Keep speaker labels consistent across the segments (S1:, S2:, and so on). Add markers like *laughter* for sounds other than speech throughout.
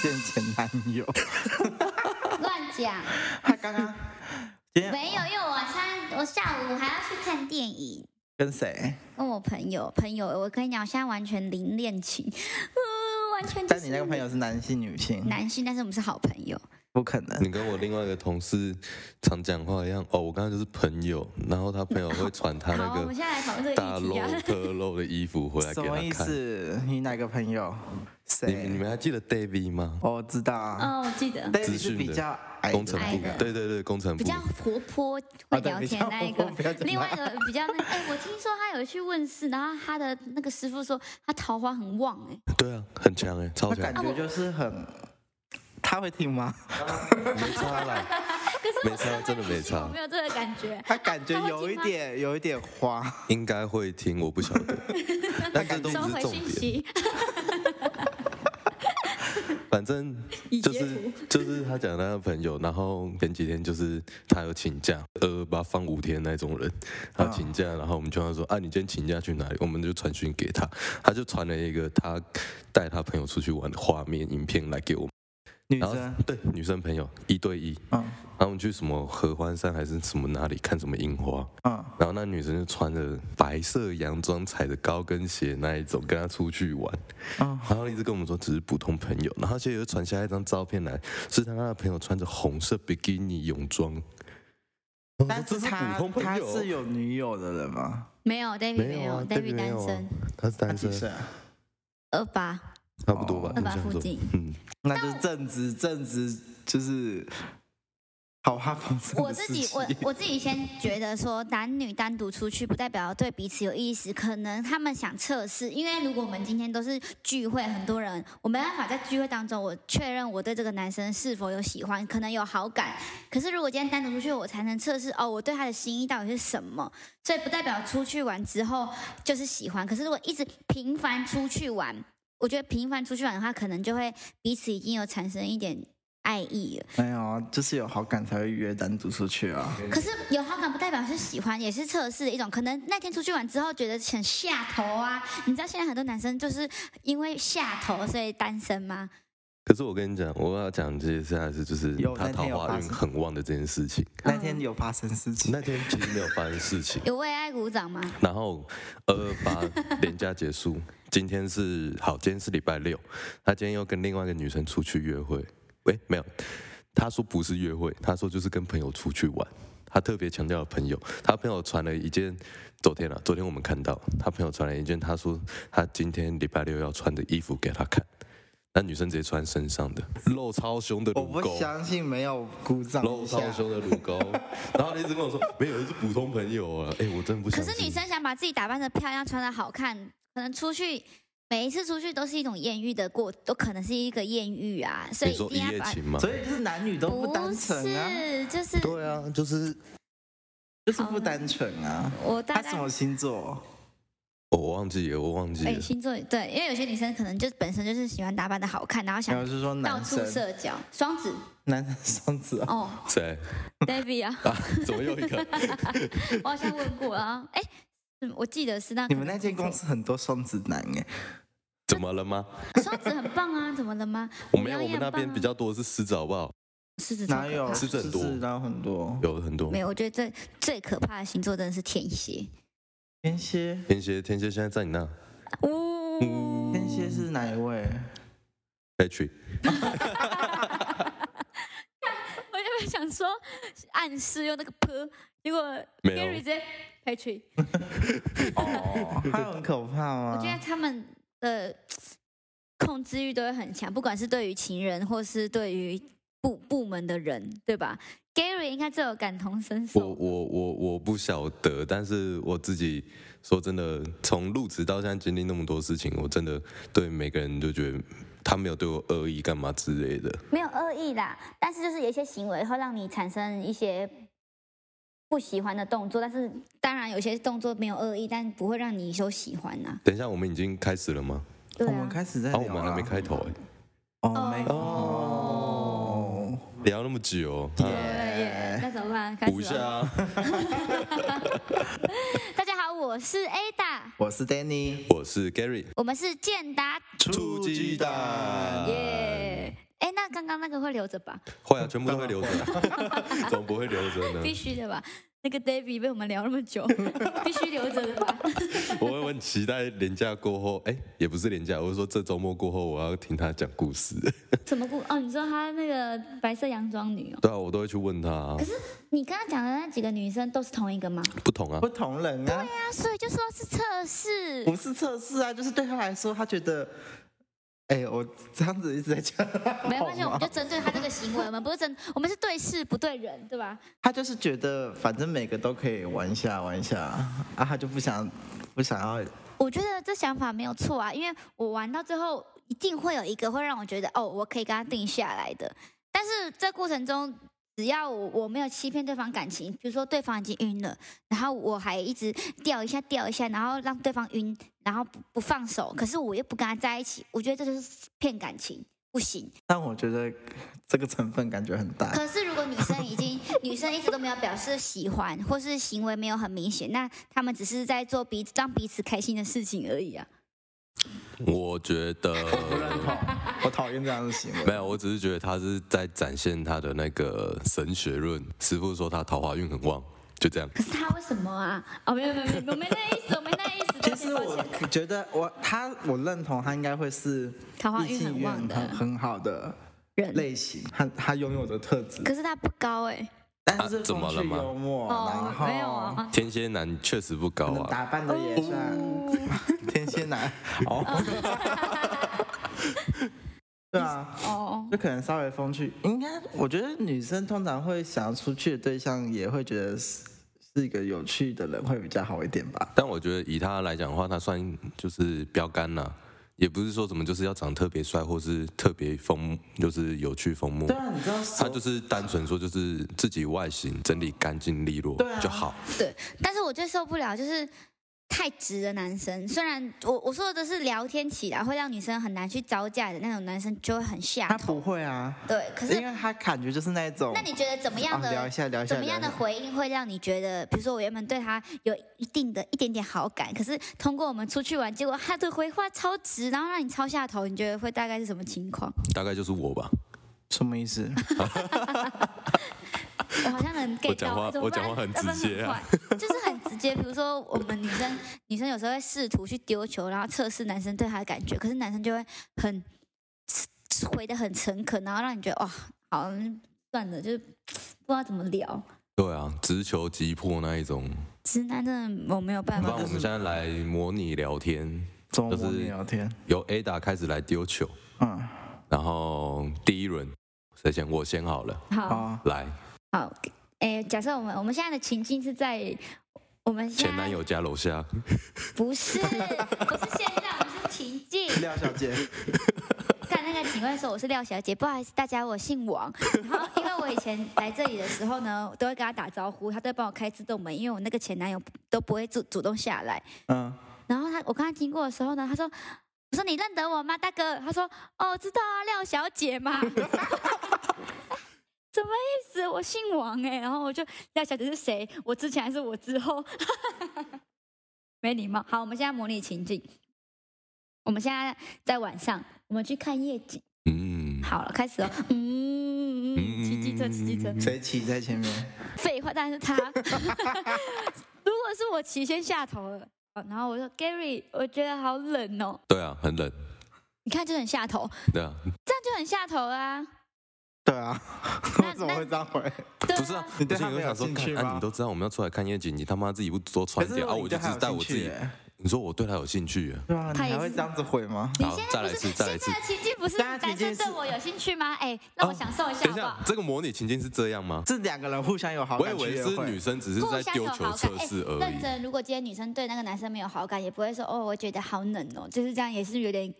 S1: 现前男友，
S2: 乱
S3: *laughs*
S2: 讲，
S1: 他刚刚今天
S2: 没有，因为我晚上我下午还要去看电影，
S1: 跟谁？
S2: 问我朋友，朋友，我跟你讲，我现在完全零恋情， *laughs* 呃、完全、就是。
S1: 但你那个朋友是男性女性？
S2: 男性，但是我们是好朋友，
S1: 不可能。
S3: 你跟我另外一个同事常讲话一样哦，我刚刚就是朋友，然后他朋友会传他那
S2: 好，我们
S3: 个
S2: 现在来讨论这
S3: 大
S2: 个议
S3: 露
S2: 题啊。
S3: 特露的衣服回来
S1: 什
S3: 给
S1: 么意
S3: 他看。
S1: 思？你哪个朋友？
S3: 你们你
S1: 谁？
S3: 们还记得 David 吗？
S1: 我知道啊
S2: *laughs* 哦，我记得
S1: ，David
S3: 资
S1: 是
S3: 讯
S1: 比较
S3: 的
S1: 矮
S3: 工程
S1: 的那
S3: 部
S1: 个，
S3: 对对对，工程
S2: 比
S3: 部。
S2: 较活泼会聊天那一个
S1: 啊对比较活泼不要讲，他
S2: 另
S3: *laughs*
S2: 外一个比较那个，哎、我听说他有去问世，然后他的那个师傅说他桃花很旺、哎，
S3: 对啊，很强哎，超
S1: 他
S3: 强
S1: 感，觉就是很，他会听吗？
S3: 没
S2: *laughs*
S3: 差啦，没差，真的没
S2: 我
S3: 差
S2: 没，有这个感觉。
S1: 他感觉
S2: 他会听吗
S1: 有一点有一点花，
S3: 应该会听，我不晓得，但这
S2: *laughs*
S3: 都
S2: 收
S3: 不
S2: 回
S3: 是重
S2: 讯
S3: 点，
S2: 息，
S3: 反正
S2: 已
S3: 就
S2: 截
S3: 是
S2: 图。
S3: 就是他讲那个朋友，然后前几天就是他有请假，呃，把他放五天那种人，他
S1: 啊
S3: 有请假，然后我们就跟他说啊，你今天请假去哪里？我们就传讯给他，他就传了一个他带他朋友出去玩的画面影片来给我们，
S1: 女
S3: 然后
S1: 生，
S3: 对女生朋友一对一，
S1: 嗯
S3: 然后我们去什么合欢山还是什么哪里看什么樱花，
S1: 嗯，
S3: 然后那女生就穿着白色洋装，踩着高跟鞋那一种，跟他出去玩。
S1: 嗯
S3: 然后一直跟我们说只是普通朋友，然后现在又传下一张照片来，是他那个朋友穿着红色比基尼泳装。我说
S1: 但
S3: 这
S1: 是
S3: 是
S1: 他
S3: 普通朋
S1: 他
S3: 友，哦
S1: 是有女友的人吗？
S2: 没有，David
S3: 没
S2: 没
S3: 有啊
S2: ，David
S3: 没
S2: 单
S3: 有啊
S2: 身，
S3: 他是
S1: 他
S3: 单
S1: 几
S3: 身，
S1: 岁啊？
S2: 二八
S3: 差不多吧
S1: 哦，
S2: 二
S3: 印
S2: 八
S3: 象
S2: 附
S3: 中。
S2: 近。
S3: 嗯，
S1: 那就是正值正值就是好花风生
S2: 我
S1: 的
S2: 自
S1: 时
S2: 己
S1: 期
S2: 我我自己先觉得说，男女单独出去不代表对彼此有意思，可能他们想测试。因为如果我们今天都是聚会，很多人，我没办法在聚会当中我确认我对这个男生是否有喜欢，可能有好感。可是如果今天单独出去，我才能测试哦，我对他的心意到底是什么。所以不代表出去玩之后就是喜欢。可是如果一直频繁出去玩，我觉得频繁出去玩的话，可能就会彼此已经有产生一点爱意了。
S1: 没有，啊就是有好感才会约单独出去啊。
S2: 可是有好感不代表是喜欢，也是测试的一种。可能那天出去玩之后觉得很下头啊，你知道现在很多男生就是因为下头所以单身吗？
S3: 可是我跟你讲，我要讲这现在是就是
S1: 有
S3: 他
S1: 那
S3: 桃
S1: 天有
S3: 花
S1: 发
S3: 运
S1: 生
S3: 很旺的这件事情。
S1: 那天有发生事情，
S3: 那天其实没有发生事情，
S2: 有为爱鼓掌吗？
S3: 然后二二八连假结束， *laughs* 今天是好，今天是礼拜六，他今天又跟另外一个女生出去约会，喂，没有，他说不是约会，他说就是跟朋友出去玩。他特别强调朋友，他朋友传了一件，昨天啊，昨天我们看到他朋友传了一件，他说他今天礼拜六要穿的衣服给他看，那女生直接穿身上的，露超胸的
S1: 我
S3: 乳
S1: 不
S3: 沟，
S1: 相信没有鼓掌
S3: 露
S1: 一下。
S3: 超胸的乳沟，然后他一直跟我说没有，是普通朋友啊，哎、我真的不
S2: 可
S3: 相信。
S2: 是女生想把自己打扮的漂亮，穿的好看，可能出去每一次出去都是一种艳遇的过，都可能是一个艳遇啊，所以
S3: 你
S2: 一
S3: 说一
S2: 定
S3: 夜
S2: 要把。
S3: 情吗？
S1: 所以就是男女都不单纯啊，
S2: 是，就是
S3: 对啊，就是
S1: 就是不单纯啊。
S2: 我大
S1: 他
S2: 概
S1: 什么星座？
S3: 哦我忘记了，我忘记
S2: 哎、
S3: *laughs* 了。
S2: 星座对，因为有些女生可能就本身就是喜欢打扮的好看，然后
S1: 然
S2: 想
S1: 后是说
S2: 到
S1: 男
S2: 处
S1: 生，
S2: 社交，双子
S1: 男生双子啊，
S2: 哦。 *laughs*
S3: 谁
S2: David 啊，
S3: 啊？怎么又一
S2: *laughs*
S3: 个？
S2: 我好像问过啊，哎、嗯我记得是那
S1: 你们那间公司很多双子男哎，
S3: 怎么了吗？
S2: 双子很棒啊，怎么了吗？
S3: 我没有，我
S2: 们
S3: 们那边比较多是狮子，好不好？
S2: 狮子座
S1: 哪有
S2: 可怕
S3: 狮子很多
S1: 然后很多
S3: 有很多
S2: 没。有，我觉得最最可怕的星座真的是天蝎。
S1: 天蝎，
S3: 天蝎，天蝎现在在你那
S2: 呜、
S1: 嗯天蝎是哪一位？
S3: ，H，
S2: 我原本想说暗示用那个 p，结果
S3: 没
S2: Gary 直
S3: 有。
S2: 接 Patrick。
S1: 哦，他很可怕
S2: 我
S1: 吗
S2: 觉？得他们的控制欲都会很强，不管是对于情人或是对于部部门的人，对吧？Gary 应该最有感同身
S3: 我
S2: 受。
S3: 我我我不晓得，但是我自己说真的，从入职到现在经历那么多事情，我真的对每个人就觉得他没有对我恶意干嘛之类的。
S2: 没有恶意啦，但是就是有一些行为会让你产生一些不喜欢的动作，但是当然有些动作没有恶意，但不会让你有喜欢呐、
S3: 等一下，我们已经开始了吗？
S2: 对
S1: 我们
S2: 啊，
S1: 开始在
S3: 啊，
S1: 聊
S3: 我们还
S1: 了
S3: 没开头哎，
S1: 哦，没
S3: 哦
S1: 哦，
S3: 聊那么久，啊
S2: 对耶，那怎么办？开
S3: 补一
S2: 始
S3: 下
S2: 了。
S3: 啊。 *laughs*
S2: 大家好，我是 Ada，
S1: 我是 Danny，
S3: 我是 Gary，
S2: 我们是健达
S3: 呃出鸡蛋
S2: 耶。哎，那刚刚那个会留着吧？
S3: 会啊，全部都会留着 *laughs* 啊，怎么不会留着呢？
S2: 必须的吧？那个 David 被我们聊那么
S3: *laughs*
S2: 久，必须留着的吧？
S3: 我会很期待廉假过后，哎、也不是廉假，我是说这周末过后我要听他讲故事。 *laughs*
S2: 什么故？哦，你说她那个白色洋装女哦？
S3: 对啊，我都会去问他、啊，
S2: 你刚刚讲的那几个女生都是同一个吗？
S3: 不同啊
S1: 不，同人啊，
S2: 那所以就说是测试。
S1: 不是测试啊，就是对他来说，他觉得，哎、我这样子一直在讲，哦
S2: 没关系，我
S1: 好
S2: 们
S1: 吗
S2: 就针对他这个行为，我们不是针，我们是对事不对人，对吧？
S1: 他就是觉得反正每个都可以玩一下玩一下啊，他就不想不想要
S2: 我觉得这想法没有错啊，因为我玩到最后一定会有一个会让我觉得哦，我可以跟他定下来的。但是在过程中，只要我我没有欺骗对方感情，比如说对方已经晕了，然后我还一直吊一下吊一下，然后让对方晕，然后不不放手，可是我又不跟他在一起，我觉得这就是骗感情，不行。
S1: 但我觉得这个成分感觉很
S2: *laughs*
S1: 大。
S2: 可是如果女生已经女生一直都没有表示喜欢，或是行为没有很明显，那他们只是在做彼此让彼此开心的事情而已啊。
S3: 我觉得
S1: 我讨厌这样的行为。
S3: 没有，我只是觉得他是在展现他的那个神学论。师傅说他桃花运很旺，就这样。
S2: 可是他为什么啊？ *laughs* 哦，没有没有没有，我没那意思，我没那意
S1: *laughs*
S2: 思。
S1: 其实
S2: 抱歉抱歉
S1: 我觉得我他我认同他应该会是
S2: 桃花
S1: 异
S2: 运
S1: 性
S2: 很
S1: 缘
S2: 旺
S1: 很
S2: 的
S1: 很好的
S2: 人，
S1: 类型，他他拥有的特质，
S2: 可是他不高哎、
S1: 但是
S3: 怎么
S1: 风趣
S3: 了吗
S1: 幽默，
S2: 哦
S1: 然，后
S2: 没有啊，
S3: 天蝎男确实不高
S1: 可能
S3: 啊，
S1: 打扮的也算、
S3: 哦
S1: *laughs* 天蝎男哦，
S2: *laughs*
S1: 对啊。
S2: 哦，
S1: 就可能稍微风趣，应该我觉得女生通常会想要出去的对象，也会觉得是是一个有趣的人会比较好一点吧。
S3: 但我觉得以他来讲的话，他算就是标杆啦、也不是说什么就是要长特别帅或是特别风，就是有趣风目
S1: 对。啊，你知道
S3: 他就是单纯说就是自己外形整理干净利落
S1: 对啊
S3: 就好。
S2: 对，但是我最受不了就是。太直的男生，虽然我我说的是聊天起来会让女生很难去招架的那种男生，就会很下
S1: 他
S2: 头。
S1: 不会啊，
S2: 对，可
S1: 因
S2: 是
S1: 为他感觉就是那种
S2: 那你觉得怎么样
S1: 啊、聊
S2: 的
S1: 一下聊一下
S2: 怎么样的
S1: 聊一下
S2: 回应会让你觉得，比如说我原本对他有一定的一点点好感，可是通过我们出去玩，结果他的回话超直，然后让你超下头，你觉得会大概是什么情况？
S3: 大概就是我吧，
S1: 什么意
S3: *laughs*
S1: 思？
S2: 我好像很 get
S3: 我讲话
S2: 到，怎
S3: 我
S2: 么办
S3: 讲话很直接
S2: 要
S3: 啊，
S2: 不然很快 *laughs* 就是很直接。比如说我们女生，女生有时候会试图去丢球，然后测试男生对她的感觉，可是男生就会很回的很诚恳，然后让你觉得哇，好嗯算了，就是不知道怎么聊。
S3: 对啊，直球击破那一种。
S2: 直男真的我没有办
S3: 不
S2: 法
S3: 然，我们现在来模拟聊天，
S1: 怎么
S3: 就是
S1: 模拟聊天？
S3: 由 Ada 开始来丢球，
S1: 嗯，
S3: 然后第一轮谁先？我先好了，
S2: 好。
S1: 哦，
S3: 来
S2: 好，诶，假设我们我们现在的情境是在我们现在
S3: 前男友家楼下，
S2: 不是不是现在，我们是情境。
S1: 廖小姐，
S2: 看那个，请问说我是廖小姐，不好意思，大家我姓
S3: *laughs*
S2: 王。然后因为我以前来这里的时候呢，我都会跟他打招呼，他都会帮我开自动门，因为我那个前男友都不会主主动下来。
S1: 嗯，
S2: 然后他我刚他经过的时候呢，他说。我说你认得我吗，大哥？他说哦，知道啊，廖小姐 *laughs* 嘛。什么意思？我姓王哎、然后我就廖小姐是谁？我之前还是我之后？ *laughs* 没礼貌。好，我们现在模拟情境。我们现在在晚上，我们去看夜景。
S3: 嗯，
S2: 好了，开始了。嗯，嗯骑机车，骑机车。
S1: 谁骑在前面？
S2: 废话，但是他 *laughs* 如果是我骑，先下头了。好然后我说 Gary，我觉得好冷哦。
S3: 对啊，很冷，
S2: 你看就很下头，
S3: 对啊，
S2: 这样就很下头啦、
S1: 对 *laughs* 啊，
S2: 那
S1: 我怎么会这样回？
S2: 对
S3: 不是 *laughs* 啊，
S1: 你对
S3: 不是
S1: 他
S3: 有
S1: 没有
S3: 想说，
S1: 兴趣
S3: 看啊，
S1: 吗
S3: 你都知道我们要出来看夜景，你他妈自己不多
S1: 可
S3: 穿一
S1: 是
S3: 点啊？我
S1: 对
S3: 就
S1: 他
S3: 只
S1: 有
S3: 带我
S1: 兴
S3: 自
S1: 趣
S3: 己，
S1: 耶
S3: 你说我对他有兴趣耶，
S1: 对啊，你
S2: 他也
S1: 还会
S2: 是
S1: 这样子回吗？
S2: 你
S3: 好
S2: 现，在
S3: 再
S2: 不
S3: 来一
S2: 是
S3: 次，再来
S2: 现
S3: 一次
S2: 在。的情境不是
S1: 大家
S2: 男
S1: 情境
S2: 生对
S1: 是
S2: 我有兴趣吗？哎，让我
S1: 哦
S2: 享受一下
S3: 等
S2: 好
S3: 一
S2: 不
S3: 下
S2: 好，？
S3: 这个模拟情境是这样吗？
S1: 是两个人互相有好
S3: 我以
S1: 感去
S3: 为
S1: 约
S3: 是
S1: 会
S3: 女，生只是
S2: 互
S3: 在
S2: 相
S3: 丢
S2: 有
S3: 球
S2: 好
S3: 测
S2: 感，哎
S3: 试而
S2: 认
S3: 已。
S2: 真，如果今天女生对那个男生没有好感，也不会说哦，我觉得好冷哦，就是这样，也是有点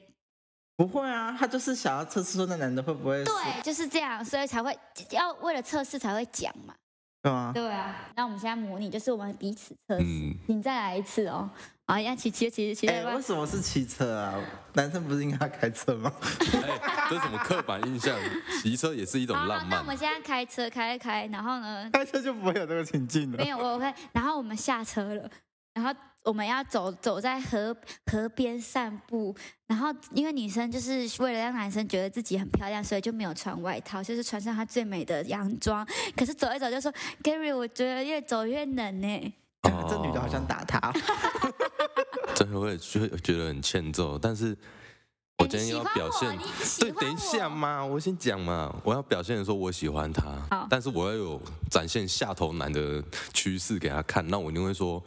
S1: 不会啊，他就是想要测试说那男的会不会是，
S2: 对，就是这样，所以才会要为了测试才会讲嘛，
S1: 对吗？
S2: 对啊。那我们现在模拟就是我们彼此测试，
S3: 嗯，
S2: 你再来一次哦。好，要起起起起
S1: 哎、
S2: 来吧
S1: 为。什么是骑车啊？男生不是应该开车吗？
S3: 哎，这是什么刻板印象？ *laughs* 骑车也是一种
S2: 好，好
S3: 浪
S2: 那我们
S3: 漫。
S2: 现在开车开开，然后呢，
S1: 开车就不会有这个情境了
S2: 没。有我 OK，然后我们下车了，然后我们要走走在河河边散步，然后因为女生就是为了让男生觉得自己很漂亮，所以就没有穿外套，就是穿上她最美的洋装。可是走一走就说，Gary，我觉得越走越冷呢、
S4: 哦
S1: 这女的好想打他，
S4: 真的会就会觉得很欠揍。但是我今天要表现，
S2: 你喜哎
S4: 对，
S2: 欢我
S4: 等一下。嘛，我先讲嘛，我要表现的说我喜欢他
S2: 好，
S4: 但是我要有展现下头男的趋势给他看，那我一定会说，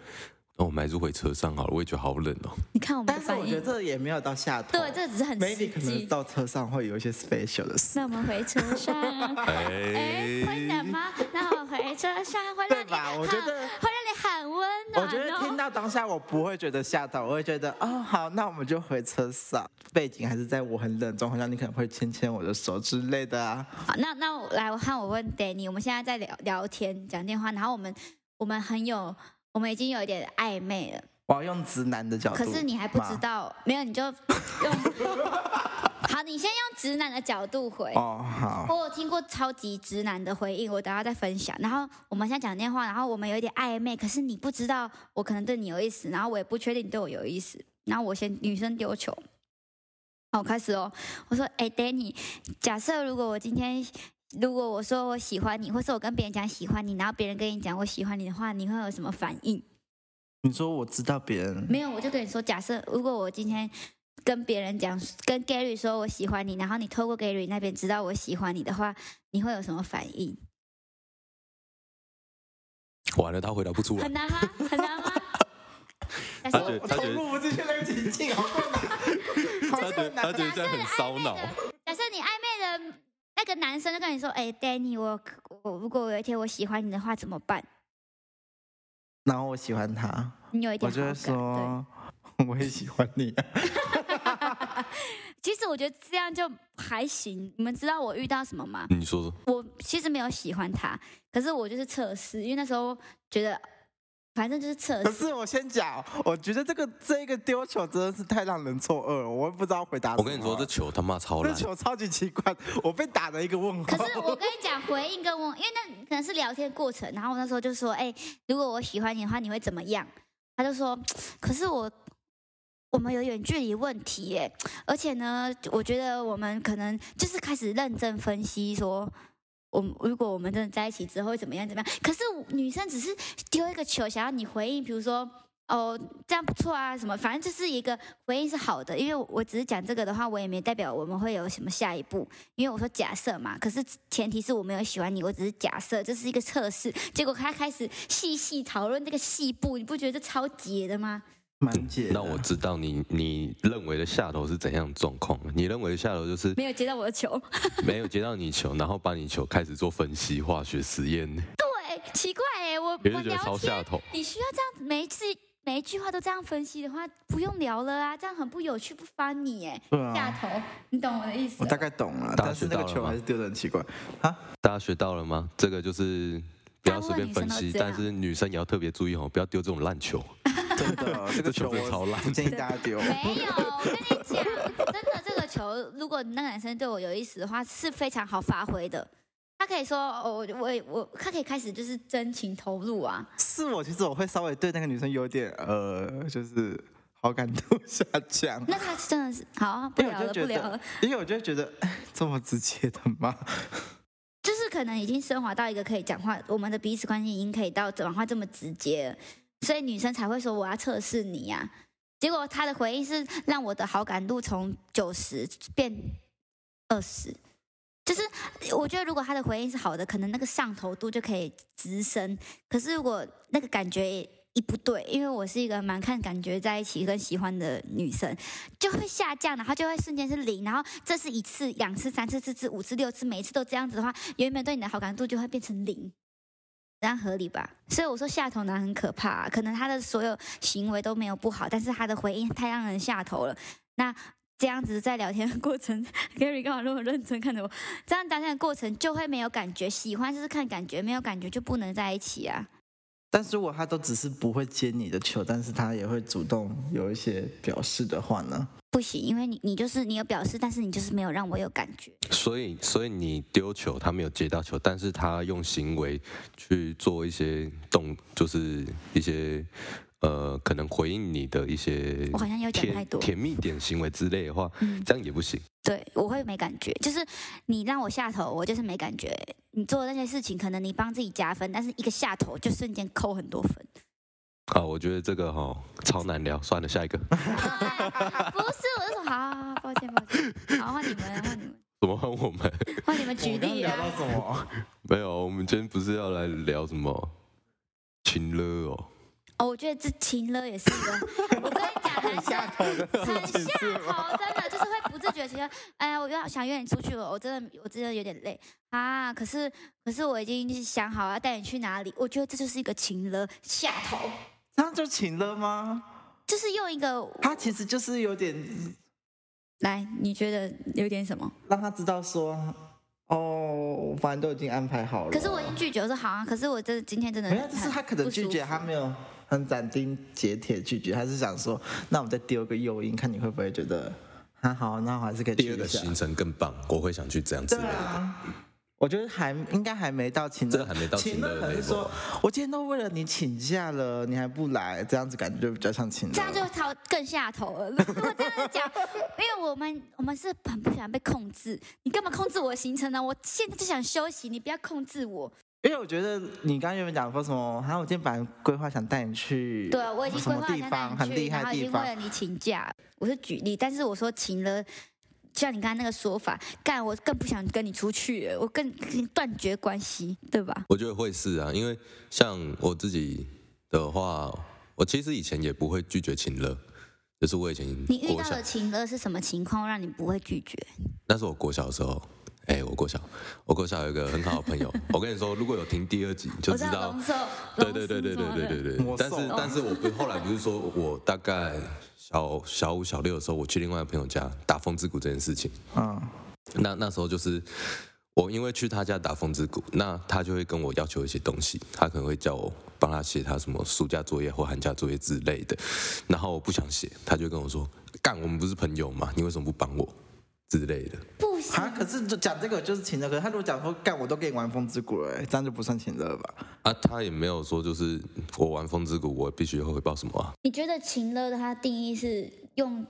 S4: 那、我们还是回车上好了，我也觉得好冷哦。
S2: 你看我
S1: *laughs*
S2: 们
S1: 但
S2: 的
S1: 是
S2: 反
S1: 我觉得
S2: 应，
S1: 这也没有到下头。
S2: 对，这只是很实
S1: maybe 可能
S2: 际。
S1: 到车上会有一些 special 的事，
S2: 那我们回车上。啊
S4: *laughs*
S2: 哎，会冷
S4: 哎，
S2: 吗？那我回车上会
S1: 对
S2: 让你
S1: 吧？我觉得。
S2: 会让你很温暖、
S1: 我
S2: 哦。
S1: 觉得听到当下，我不会觉得吓到，我会觉得哦，好，那我们就回车上。背景还是在我很冷的状况下，你可能会牵牵我的手之类的啊。
S2: 好，那那我来，我看我问 Danny，我们现在在聊聊天、讲电话，然后我们我们很有，我们已经有一点暧昧了，
S1: 我要用直男的角度
S2: 可
S1: 嘛，
S2: 是你还不知道，没有你就用， *laughs* 好，你先用直男的角度回。
S1: 哦，好，
S2: 我有听过超级直男的回应，我等下再分享。然后我们现在讲电话，然后我们有一点暧昧，可是你不知道我可能对你有意思，然后我也不确定你对我有意思。然后我先女生丢球，好，我开始哦。我说，哎、d a n n y 假设如果我今天如果我说我喜欢你，或是我跟别人讲喜欢你，然后别人跟你讲我喜欢你的话，你会有什么反应？
S1: 你说我知道别人，
S2: 没有，我就跟你说，假设如果我今天跟别人讲，跟 Gary 说我喜欢你，然后你透过 Gary 那边知道我喜欢你的话，你会有什么反应？
S4: 完了，他回答不出
S1: 啊
S4: 来
S2: 很。难吗？很难
S1: *laughs*
S2: 吗？但是
S4: 他
S2: 我
S4: 觉得
S1: 我
S4: 他
S1: 投
S4: 觉得
S1: 入不进去那个情境，好困难，好
S4: 他觉得
S2: 啊
S1: 困
S4: 他
S1: 难。
S4: 觉得这样很烧脑，
S2: 假设你暧昧的那个男生就跟你说：“哎、d a n n y 我我如果有一天我喜欢你的话怎么办
S1: 然后我喜欢他，？”
S2: 你有一
S1: 我
S2: 点好
S1: 就会
S2: 感。对，
S1: 说，我也喜欢你啊。
S2: 其实我觉得这样就还行。你们知道我遇到什么吗？
S4: 你说说，
S2: 我其实没有喜欢他，可是我就是测试，因为那时候觉得反正就是测
S1: 可
S2: 试。
S1: 是我先讲，我觉得这个这个丢球真的是太让人错愕了，我也不知道回答什
S4: 我
S1: 么。
S4: 跟你说，这球他妈超
S1: 这
S4: 烂，
S1: 球超级奇怪，我被打了一个问号。
S2: 可是我跟你讲，回应跟我，因为那可能是聊天过程，然后我那时候就说，哎、如果我喜欢你的话，你会怎么样？他就说，可是我我们有远距离问题耶，而且呢，我觉得我们可能就是开始认真分析说。我们如果我们真的在一起之后会怎么样怎么样？可是女生只是丢一个球，想要你回应，比如说哦这样不错啊什么，反正就是一个回应是好的。因为我只是讲这个的话，我也没代表我们会有什么下一步。因为我说假设嘛，可是前提是我没有喜欢你，我只是假设，这是一个测试。结果他开始细细讨论这个细部，你不觉得这超解的吗？
S1: 蛮解的，
S4: 那我知道你你认为的下头是怎样的状况了。你认为的下头
S2: *laughs*
S4: 就是
S2: 没有接到我的球，
S4: 没有接到你球，然后把你球开始做分析、化学实验，
S2: 对，奇怪哎、我
S4: 也
S2: 我
S4: 是觉得
S2: 聊
S4: 超
S2: 天，
S4: 下头。
S2: 你需要这样子每一次每一句话都这样分析的话，不用聊了啊，这样很不有趣，不 funny 哎、
S1: 对啊
S2: 下头，你懂我的意思
S1: 我
S2: 了？
S1: 大概懂了，
S4: 大家
S1: 但是那个
S4: 学到了
S1: 球
S4: 吗
S1: 还是丢的很
S4: *laughs*
S1: 奇怪。
S4: 大家学到了吗？这个就是不要随便分
S2: 大部分女生
S4: 析
S2: 都，这样
S4: 但是女生也要特别注意哦，不要丢这种烂球，
S1: 真 *laughs* 的，啊这
S4: 这
S1: 个
S4: 球
S1: 球
S4: 真的
S1: 我
S4: 超烂
S1: 不。建议大家丢。 *laughs*
S2: 没有，我跟你讲，真的这个球，如果那个男生对我有意思的话，是非常好发挥的。他可以说，哦，我我我，他可以开始就是真情投入啊。
S1: 是我，其实我会稍微对那个女生有点呃，就是好感度 *laughs* 下降，
S2: 那他真的是好啊，不
S1: 因为
S2: 聊
S1: 我就
S2: 了，不
S1: 觉
S2: 聊了
S1: 得。，因为我就觉得，哎，这么直接的吗？
S2: 就是可能已经升华到一个可以讲话，我们的彼此关系已经可以到讲话这么直接了，所以女生才会说我要测试你呀、结果他的回应是让我的好感度从九十变二十，就是我觉得如果他的回应是好的，可能那个上头度就可以直升。可是如果那个感觉一不对，因为我是一个蛮看感觉在一起跟喜欢的女生，就会下降，然后就会瞬间是零，然后这是一次、两次、三次、四次、五次、六次，每一次都这样子的话，原本对你的好感度就会变成零，这样合理吧？所以我说下头男很可怕、啊，可能他的所有行为都没有不好，但是他的回应太让人下头了。那这样子在聊天的过程 *laughs* ，Gary 干嘛那么认真看着我？这样聊天的过程就会没有感觉，喜欢就是看感觉，没有感觉就不能在一起啊。
S1: 但是如果他都只是不会接你的球，但是他也会主动有一些表示的话呢？
S2: 不行，因为你你就是你有表示，但是你就是没有让我有感觉。
S4: 所以，所以你丢球，他没有接到球，但是他用行为去做一些动，就是一些呃，可能回应你的一些
S2: 我好像有点太
S4: 甜
S2: 多。
S4: 甜蜜点行为之类的话，
S2: 嗯，
S4: 这样也不行。
S2: 对，我会没感觉，就是你让我下头，我就是没感觉。你做的那些事情，可能你帮自己加分，但是一个下头就瞬间扣很多分。 *laughs*
S4: 好，我觉得这个哈、超难聊，算了，下一个。
S2: 不是，我就说好好，好抱歉抱歉，好换你们换你们
S4: 怎么换我们？
S2: 换你们举例
S1: 聊
S2: 啊
S1: 到。什么？
S4: 没有，我们今天不是要来聊什么情勒哦？
S2: 哦，我觉得这情勒也是一个，我跟你讲， *laughs* 男生
S1: 下头的
S2: 很
S1: *laughs* 事
S2: 下
S1: 情是吗？
S2: 头，真的就是会不自觉地觉得，哎呀，我要想约你出去了，我真的我真的有点累啊。可是可是我已经就是想好要带你去哪里，我觉得这就是一个情勒下头，
S1: 这样就请了吗？
S2: 就是用一个
S1: 他其实就是有点
S2: 来，你觉得有点什么？
S1: 让他知道说，哦，反正都已经安排好了。
S2: 可是我已经拒绝，我说好啊，可是我真的今天真的
S1: 没
S2: 很
S1: 有，就是他可能拒绝，
S2: 很
S1: 他
S2: 不舒服
S1: 没有很斩钉截铁拒绝，他是想说，那我们再丢个诱因，看你会不会觉得，啊好，那我还是可以
S3: 第
S1: 去
S3: 二个
S1: 一下。
S3: 行程更棒，我会想去这样之
S1: 对
S3: 类的。
S1: 啊，我觉得还应该还没到请的，
S3: 这还没到
S1: 请
S3: 请
S1: 的
S3: 的
S1: 可能是
S3: level
S1: 说，我今天都为了你请假了，你还不来，这样子感觉就比较像请的。
S2: 这样就超更下头了。如果这样讲，因为我们我们是很不喜欢被控制，你干嘛控制我的行程呢？我现在就想休息，你不要控制我。
S1: 因为我觉得你刚刚原本讲说什么，然后我今天本来规划想带你去，
S2: 对，啊我已经规
S1: 什么
S2: 划好
S1: 地
S2: 想
S1: 方
S2: 带
S1: 很
S2: 你去，
S1: 厉害
S2: 然
S1: 的
S2: 后已
S1: 地
S2: 经为
S1: 方，
S2: 了你请假。我是举例，但是我说请了。像你刚才那个说法，干我更不想跟你出去了，我更断绝关系，对吧？
S3: 我觉得会是啊，因为像我自己的话，我其实以前也不会拒绝请了，就是我以前
S2: 你遇
S3: 国
S2: 到
S3: 小
S2: 的，情勒是什么情况让你不会拒绝？
S3: 那是我国小的时候。哎、我国小，我国小有一个很好的朋友，我跟你说，如果有听第二集就
S2: 我
S3: 知
S2: 知道
S3: 道
S2: 龙，兽，
S3: 对对对对对对对对
S1: 魔
S3: 对。但
S1: 兽
S3: 是但是我不后来不是说我大概小小五小六的时候，我去另外一个朋友家打风之谷这件事情，
S1: 嗯，
S3: 那那时候就是我因为去他家打风之谷，那他就会跟我要求一些东西，他可能会叫我帮他写他什么暑假作业或寒假作业之类的，然后我不想写，他就跟我说：“干，我们不是朋友吗？你为什么不帮我？”之类的。
S2: 不行，
S1: 啊，可是就讲这个就是请了，可是他如果讲说干我都给你玩风之谷了、欸，这样就不算请了吧？
S3: 啊，他也没有说就是我玩风之谷，我必须回报什么啊？
S2: 你觉得情勒的它定义是用，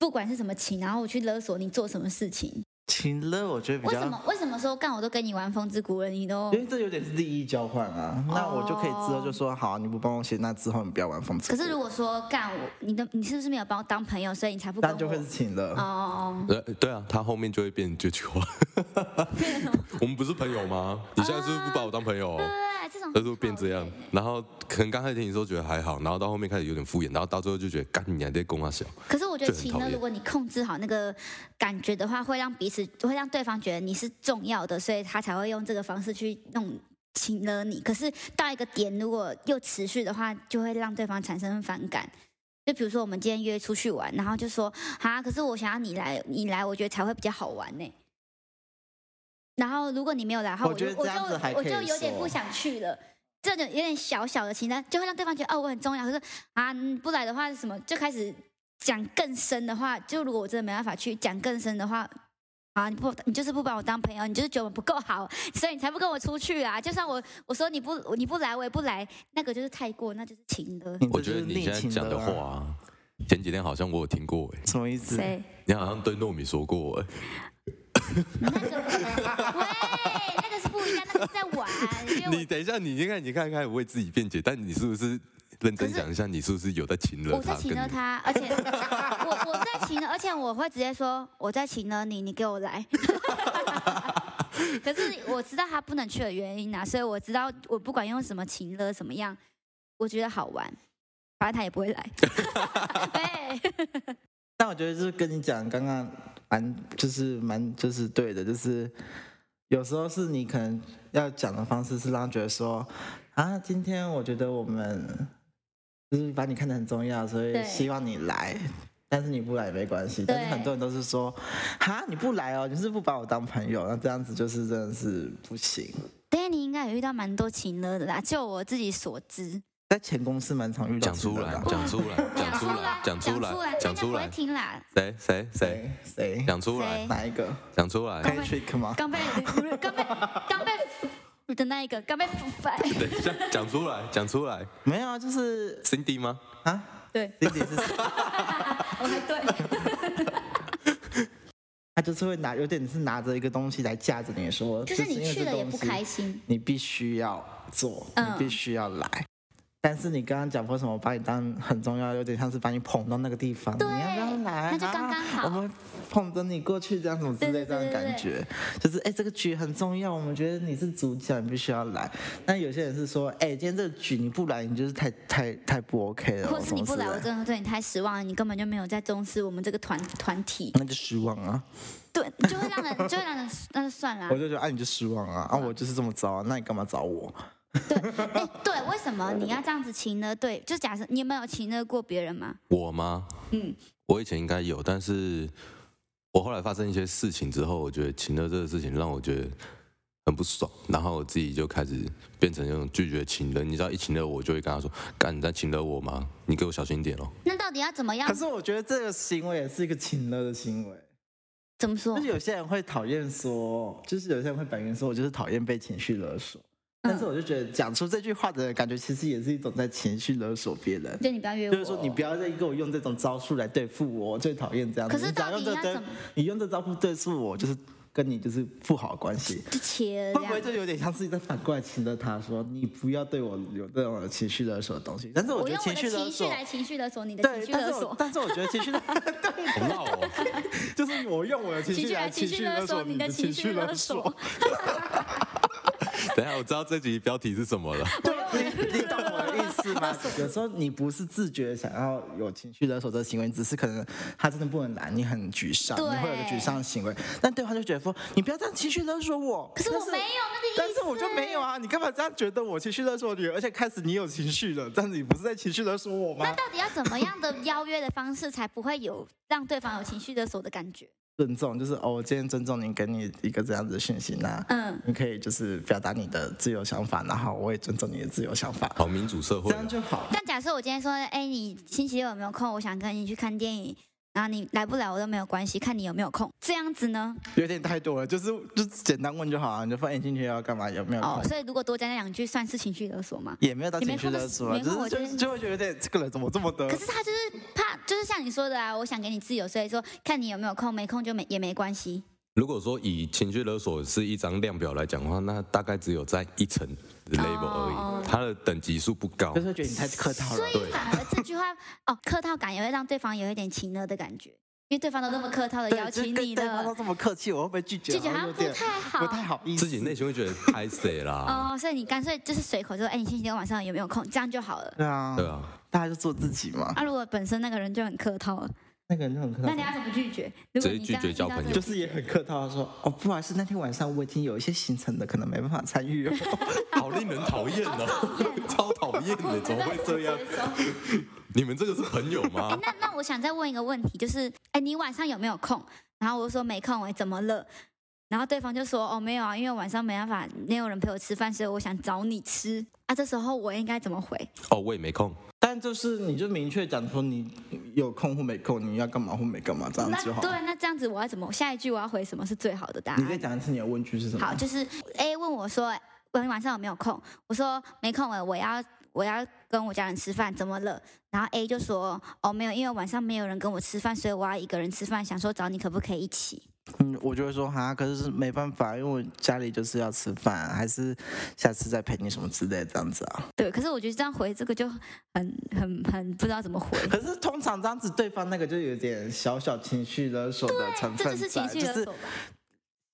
S2: 不管是什么情，然后我去勒索你做什么事情？
S1: 请了我觉得比
S2: 为
S1: 较
S2: 什么为什么说干我都跟你玩风之谷了，你都
S1: 因为这有点是利益交换啊，那我就可以之后就说好，你不帮我写，那之后你不要玩风之
S2: 可
S1: 谷。
S2: 是如果说干我，你的你是不是没有把我当朋友，所以你才不跟
S1: 那
S2: 我？
S1: 就会是请了。
S2: 哦，
S3: 呃，对啊，他后面就会 *laughs* 变这句话。我们不是朋友吗？你现在是不是不把我当朋友、
S2: 对这种
S3: 他就变这样
S2: 很讨厌。
S3: 然后可能刚开始听你说觉得还好，然后到后面开始有点敷衍，然后到最后就觉得干你还在供他小，
S2: 可是我觉得情
S3: 就很
S2: 勒，
S3: 讨厌
S2: 如果你控制好那个感觉的话，会让彼此会让对方觉得你是重要的，所以他才会用这个方式去弄情勒你。可是到一个点，如果又持续的话，就会让对方产生反感。就比如说我们今天约出去玩，然后就说啊，可是我想要你来，你来，我觉得才会比较好玩呢。然后如果你没有来的话，
S1: 我
S2: 我就
S1: 觉得
S2: 我
S1: 这
S2: 就
S1: 样子还
S2: 我
S1: 可
S2: 就
S1: 以
S2: 有点
S1: 说
S2: 不想去了。这种有点小小的情呢，就会让对方觉得哦我很重要，可是啊你不来的话是什么，就开始讲更深的话。就如果我真的没办法去讲更深的话，啊你不你就是不把我当朋友，你就是觉得我不够好，所以你才不跟我出去啊。就算我我说你不你不来我也不来，那个就是太过，那就是情了。
S1: 你这
S3: 我
S1: 就
S3: 觉
S1: 是
S3: 得你
S1: 逆
S3: 现在
S1: 情
S3: 讲的
S1: 了啊
S3: 话、啊，前几天好像我有听过哎、
S1: 什么意思？
S2: 谁？
S3: 你好像对糯米说过哎、
S2: 那个 *laughs* 喂，那个是不一样，那个是在玩，因为
S3: 你等一下，你先看，你看看我为自己辩解，但你是不是认
S2: 可
S3: 真
S2: 是
S3: 想一下，你是不是有在情
S2: 我
S3: 了
S2: 我在
S3: 他？
S2: 请
S3: 跟
S2: 了
S3: 你
S2: 他，而且我我在请了，而且我会直接说我在请了你，你给我来。可是我知道他不能去的原因啊，所以我知道我不管用什么请了什么样，我觉得好玩，反正他也不
S3: *laughs*
S2: 会来。对，
S1: 但我觉得就是跟你讲，刚刚蛮就是蛮就是对的，就是有时候是你可能要讲的方式是让他觉得说啊，今天我觉得我们就是把你看得很重要，所以
S2: 对
S1: 希望你来。但是你不来也没关系，
S2: 对
S1: 但是很多人都是说，哈，你不来哦，你是不把我当朋友，那这样子就是真的是不行。
S2: 但是你应该有遇到蛮多请了的啦，就我自己所知。
S1: 在前公司蛮常遇到
S3: 讲
S1: 这种
S3: 出
S1: 的啊。
S3: 来，讲出来，讲出来，
S2: 讲
S3: *laughs* 讲
S2: 出
S3: 出
S2: 来
S3: 来，，讲
S2: 大家
S3: 出
S2: 不会
S3: 来，
S2: 听啦。
S3: 谁谁谁
S1: 谁谁
S3: 讲出来
S2: 谁，
S1: 哪一个
S3: 讲出来，
S1: ？Patrick 吗？
S2: 刚被刚被刚被的那一个刚被腐败。
S3: *laughs* 等一下，讲出来，讲出来
S1: 没有啊，就是
S3: ，Cindy 吗？
S1: 啊，
S2: 对，
S1: 弟弟是谁
S2: 我还对，
S1: 他就是会拿，有点是拿着一个东西来架着你说，
S2: 就是
S1: 因
S2: 你
S1: 为
S2: 去
S1: 这
S2: 了也
S1: 东
S2: 不
S1: 西
S2: 开心。
S1: 你必须要做，你
S2: 嗯
S1: 必须要来。但是你刚刚讲为什么把你当很重要，有点像是把你捧到那个地方，你
S2: 对
S1: 要不要来？
S2: 那就刚刚好
S1: 啊我们捧着你过去，这样什么之类
S2: 对对对
S1: 这样的感觉，就是哎、这个局很重要，我们觉得你是主角，你必须要来。但有些人是说，哎、今天这个局你不来，你就是太太太不 OK 了，
S2: 或是你不来，
S1: 什么之类
S2: 我
S1: 的
S2: 真的对你太失望了，你根本就没有在重视我们这个团团体，
S1: 那就失望啊！
S2: 对，就会让人，就会让人，那就算了啊
S1: 我。就觉得，啊，你就失望啊！啊，我就是这么糟啊，那你干嘛找我？
S2: 哎，对，为什么你要这样子情呢？对，就假设你有没有情呢过别人吗？
S3: 我吗？
S2: 嗯，
S3: 我以前应该有，但是我后来发生一些事情之后，我觉得情乐这个事情让我觉得很不爽，然后我自己就开始变成那种拒绝情乐。你知道，一情乐我就会跟他说：“干，你在情乐我吗？你给我小心一点哦。
S2: 那到底要怎么样
S1: 可？是我觉得这个行为也是一个情乐的行为。
S2: 怎么说
S1: 就是？有些人会讨厌说，就是有些人会摆明说，我就是讨厌被情绪勒索。
S2: 嗯
S1: 但是我就觉得讲出这句话的人，感觉其实也是一种在情绪勒索别人，
S2: 就你不要约我。
S1: 就是说你不要再给我用这种招数来对付我，我最讨厌这样子。
S2: 可是
S1: 你只要
S2: 到
S1: 用
S2: 底
S1: 这
S2: 要
S1: 对
S2: 怎么
S1: 你用这招数对付我，就是跟你就是不好的关系。
S2: 就切了
S1: 会
S2: 这
S1: 不
S2: 样
S1: 会。就有点像是在反过来请了他说，你不要对我有这种情绪勒索的东西？但是我
S2: 我
S1: 觉得
S2: 用我的
S1: 情绪勒
S2: 情绪
S1: 索，
S2: 来情绪勒索你的情
S1: 对，
S2: 绪
S1: 但
S2: 勒
S1: 是我
S2: 索，
S1: 但是我觉得情绪勒，对，”
S3: 好闹哦！
S1: 就是我用我的情
S2: 情
S1: 绪
S2: 绪
S1: 来
S2: 来情绪勒索你的情绪勒
S1: *laughs*
S2: 索。，
S3: 等一下，啊我知道这集标题是什么了。
S1: 对，你你懂我的意思
S2: *laughs*
S1: 吗？有时候你不是自觉想要有情绪勒索的行为，只是可能他真的不能来，你很沮丧，
S2: 对
S1: 你会有个沮丧的行为，但对方就觉得说你不要这样情绪勒索我。
S2: 可是
S1: 但
S2: 我没有那个意思。
S1: 但是我就没有啊！你干嘛这样觉得我情绪勒索你？而且开始你有情绪了，但是你不是在情绪勒索我
S2: 那
S1: 吗？
S2: 到底要怎么样的邀约的方式，才不会有让对方有情绪勒索的感觉？
S1: 尊重就是哦，我今天尊重你，给你一个这样子的讯息那
S2: 嗯
S1: 你可以就是表达你的自由想法，然后我也尊重你的自由想法，
S3: 好民主社
S1: 这
S3: 会哦，
S1: 样就好。
S2: 但假设我今天说，哎，你星期六有没有空？我想跟你去看电影，然后你来不来我都没有关系，看你有没有空。这样子呢？
S1: 有点太多了，就是就简单问就好啊了，你就发现进去要干嘛，有没有空？
S2: 哦，所以如果多加那两句，算是情绪勒索吗？
S1: 也没有到情绪勒索啊，
S2: 也没
S1: 只
S2: 空
S1: 是
S2: 的时
S1: 就
S2: 候
S1: 是就会觉得有点这个人怎么这么的
S2: 可是他就是怕，就是像你说的啊，我想给你自由，所以说看你有没有空，没空就没也没关系。
S3: 如果说以情绪勒索是一张量表来讲的话，那大概只有在一层的 level 而
S2: 哦
S3: 已，它的等级数不高
S1: 就。是会觉得你太客套了
S2: 所。以反而这句话哦，客套感也会让对方有一点情勒的感觉，因为对方都那么客套的
S1: 对，
S2: 邀
S1: 就是
S2: 请
S1: 跟
S2: 你
S1: 对方都
S2: 了，
S1: 这么客气，我会不会拒绝？
S2: 拒绝好
S1: 好
S2: 像
S1: 有
S2: 不
S1: 点
S2: 太好，
S1: 不太好意思。
S3: 自己内心会觉得拍谁啦？
S2: 哦，所以你干脆就是随口说，哎，你星期六晚上有没有空？这样就好了。
S1: 对啊
S3: 对，啊，
S1: 大家就做自己嘛。
S2: 啊，如果本身那个人就很客套了，
S1: 那个人就很客
S2: 那
S1: 套
S2: 你，要怎么拒绝？如果
S3: 直接
S2: 你这样
S3: 拒绝交
S2: 遇到这
S3: 朋
S2: 种
S3: 友
S1: 就是也很客套的说，哦，不好意思，那天晚上我已经有一些行程的，可能没办法参与哦。
S3: 好令人讨厌哦，超讨厌的，怎么会这样？你们这个是朋友
S2: 哎
S3: 吗，？
S2: *laughs* 那那我想再问一个问题，就是，哎，你晚上有没有空？然后我就说没空，哎，怎么了？然后对方就说，哦，没有啊，因为晚上没办法，没有人陪我吃饭，所以我想找你吃。啊，这时候我应该怎么回？
S3: 哦，我也没空。
S1: *laughs* 但就是你就明确讲说你有空或没空，你要干嘛或没干嘛，这样
S2: 那
S1: 就好
S2: 对。，那这样子我要怎么？下一句我要回什么是最好的答
S1: 你再
S2: 案？
S1: 讲一次你的问句是什么？
S2: 好，就是 A 问我说，晚晚上有没有空？我说没空哎，我要我要跟我家人吃饭，怎么了？然后 A 就说，哦，没有，因为晚上没有人跟我吃饭，所以我要一个人吃饭，想说找你可不可以一起？
S1: 嗯，我就会说哈，可是没办法，因为我家里就是要吃饭，啊还是下次再陪你什么之类的这样子啊。
S2: 对，可是我觉得这样回这个就很很很不知道怎么回。
S1: 可是通常这样子，对方那个就有点小小情绪勒索的成
S2: 啊这就
S1: 分
S2: 是
S1: 在，
S2: 情绪
S1: 就
S2: 勒
S1: 是
S2: 索吧？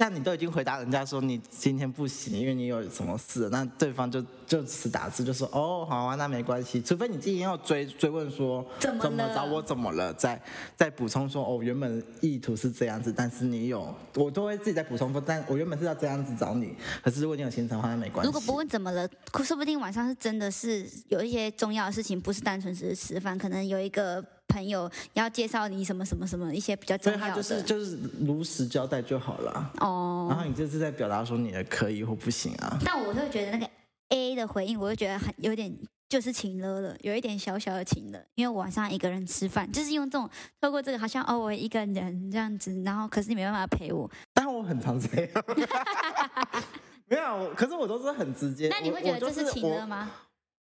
S1: 那你都已经回答人家说你今天不行，因为你有什么事，那对方就就此打字就说哦好啊，那没关系，除非你今天要追追问说
S2: 怎么了
S1: 找我怎么了，再再补充说哦原本意图是这样子，但是你有我都会自己再补充说，但我原本是要这样子找你，可是如果你有行程的话，那没关系。
S2: 如果不问怎么了，说不定晚上是真的是有一些重要的事情，不是单纯只是吃饭，可能有一个朋友要介绍你什么什么什么一些比较
S1: 所
S2: 重
S1: 以他
S2: 要
S1: 就
S2: 的。
S1: 是就是如实交代就好了。然
S2: 哦，
S1: 后你这是在表达说你的可以或不行啊。
S2: 但我会觉得那个 A 的回应，我会觉得很有点就是情勒了，有一点小小的情勒，因为我晚上一个人吃饭，就是用这种透过这个好像哦我一个人这样子，然后可是你没办法陪我，
S1: 但我很常这样， *laughs* 没有，可是我都是很直接。
S2: 那你会
S1: 我
S2: 觉得这
S1: 我就是
S2: 情
S1: 我
S2: 勒吗？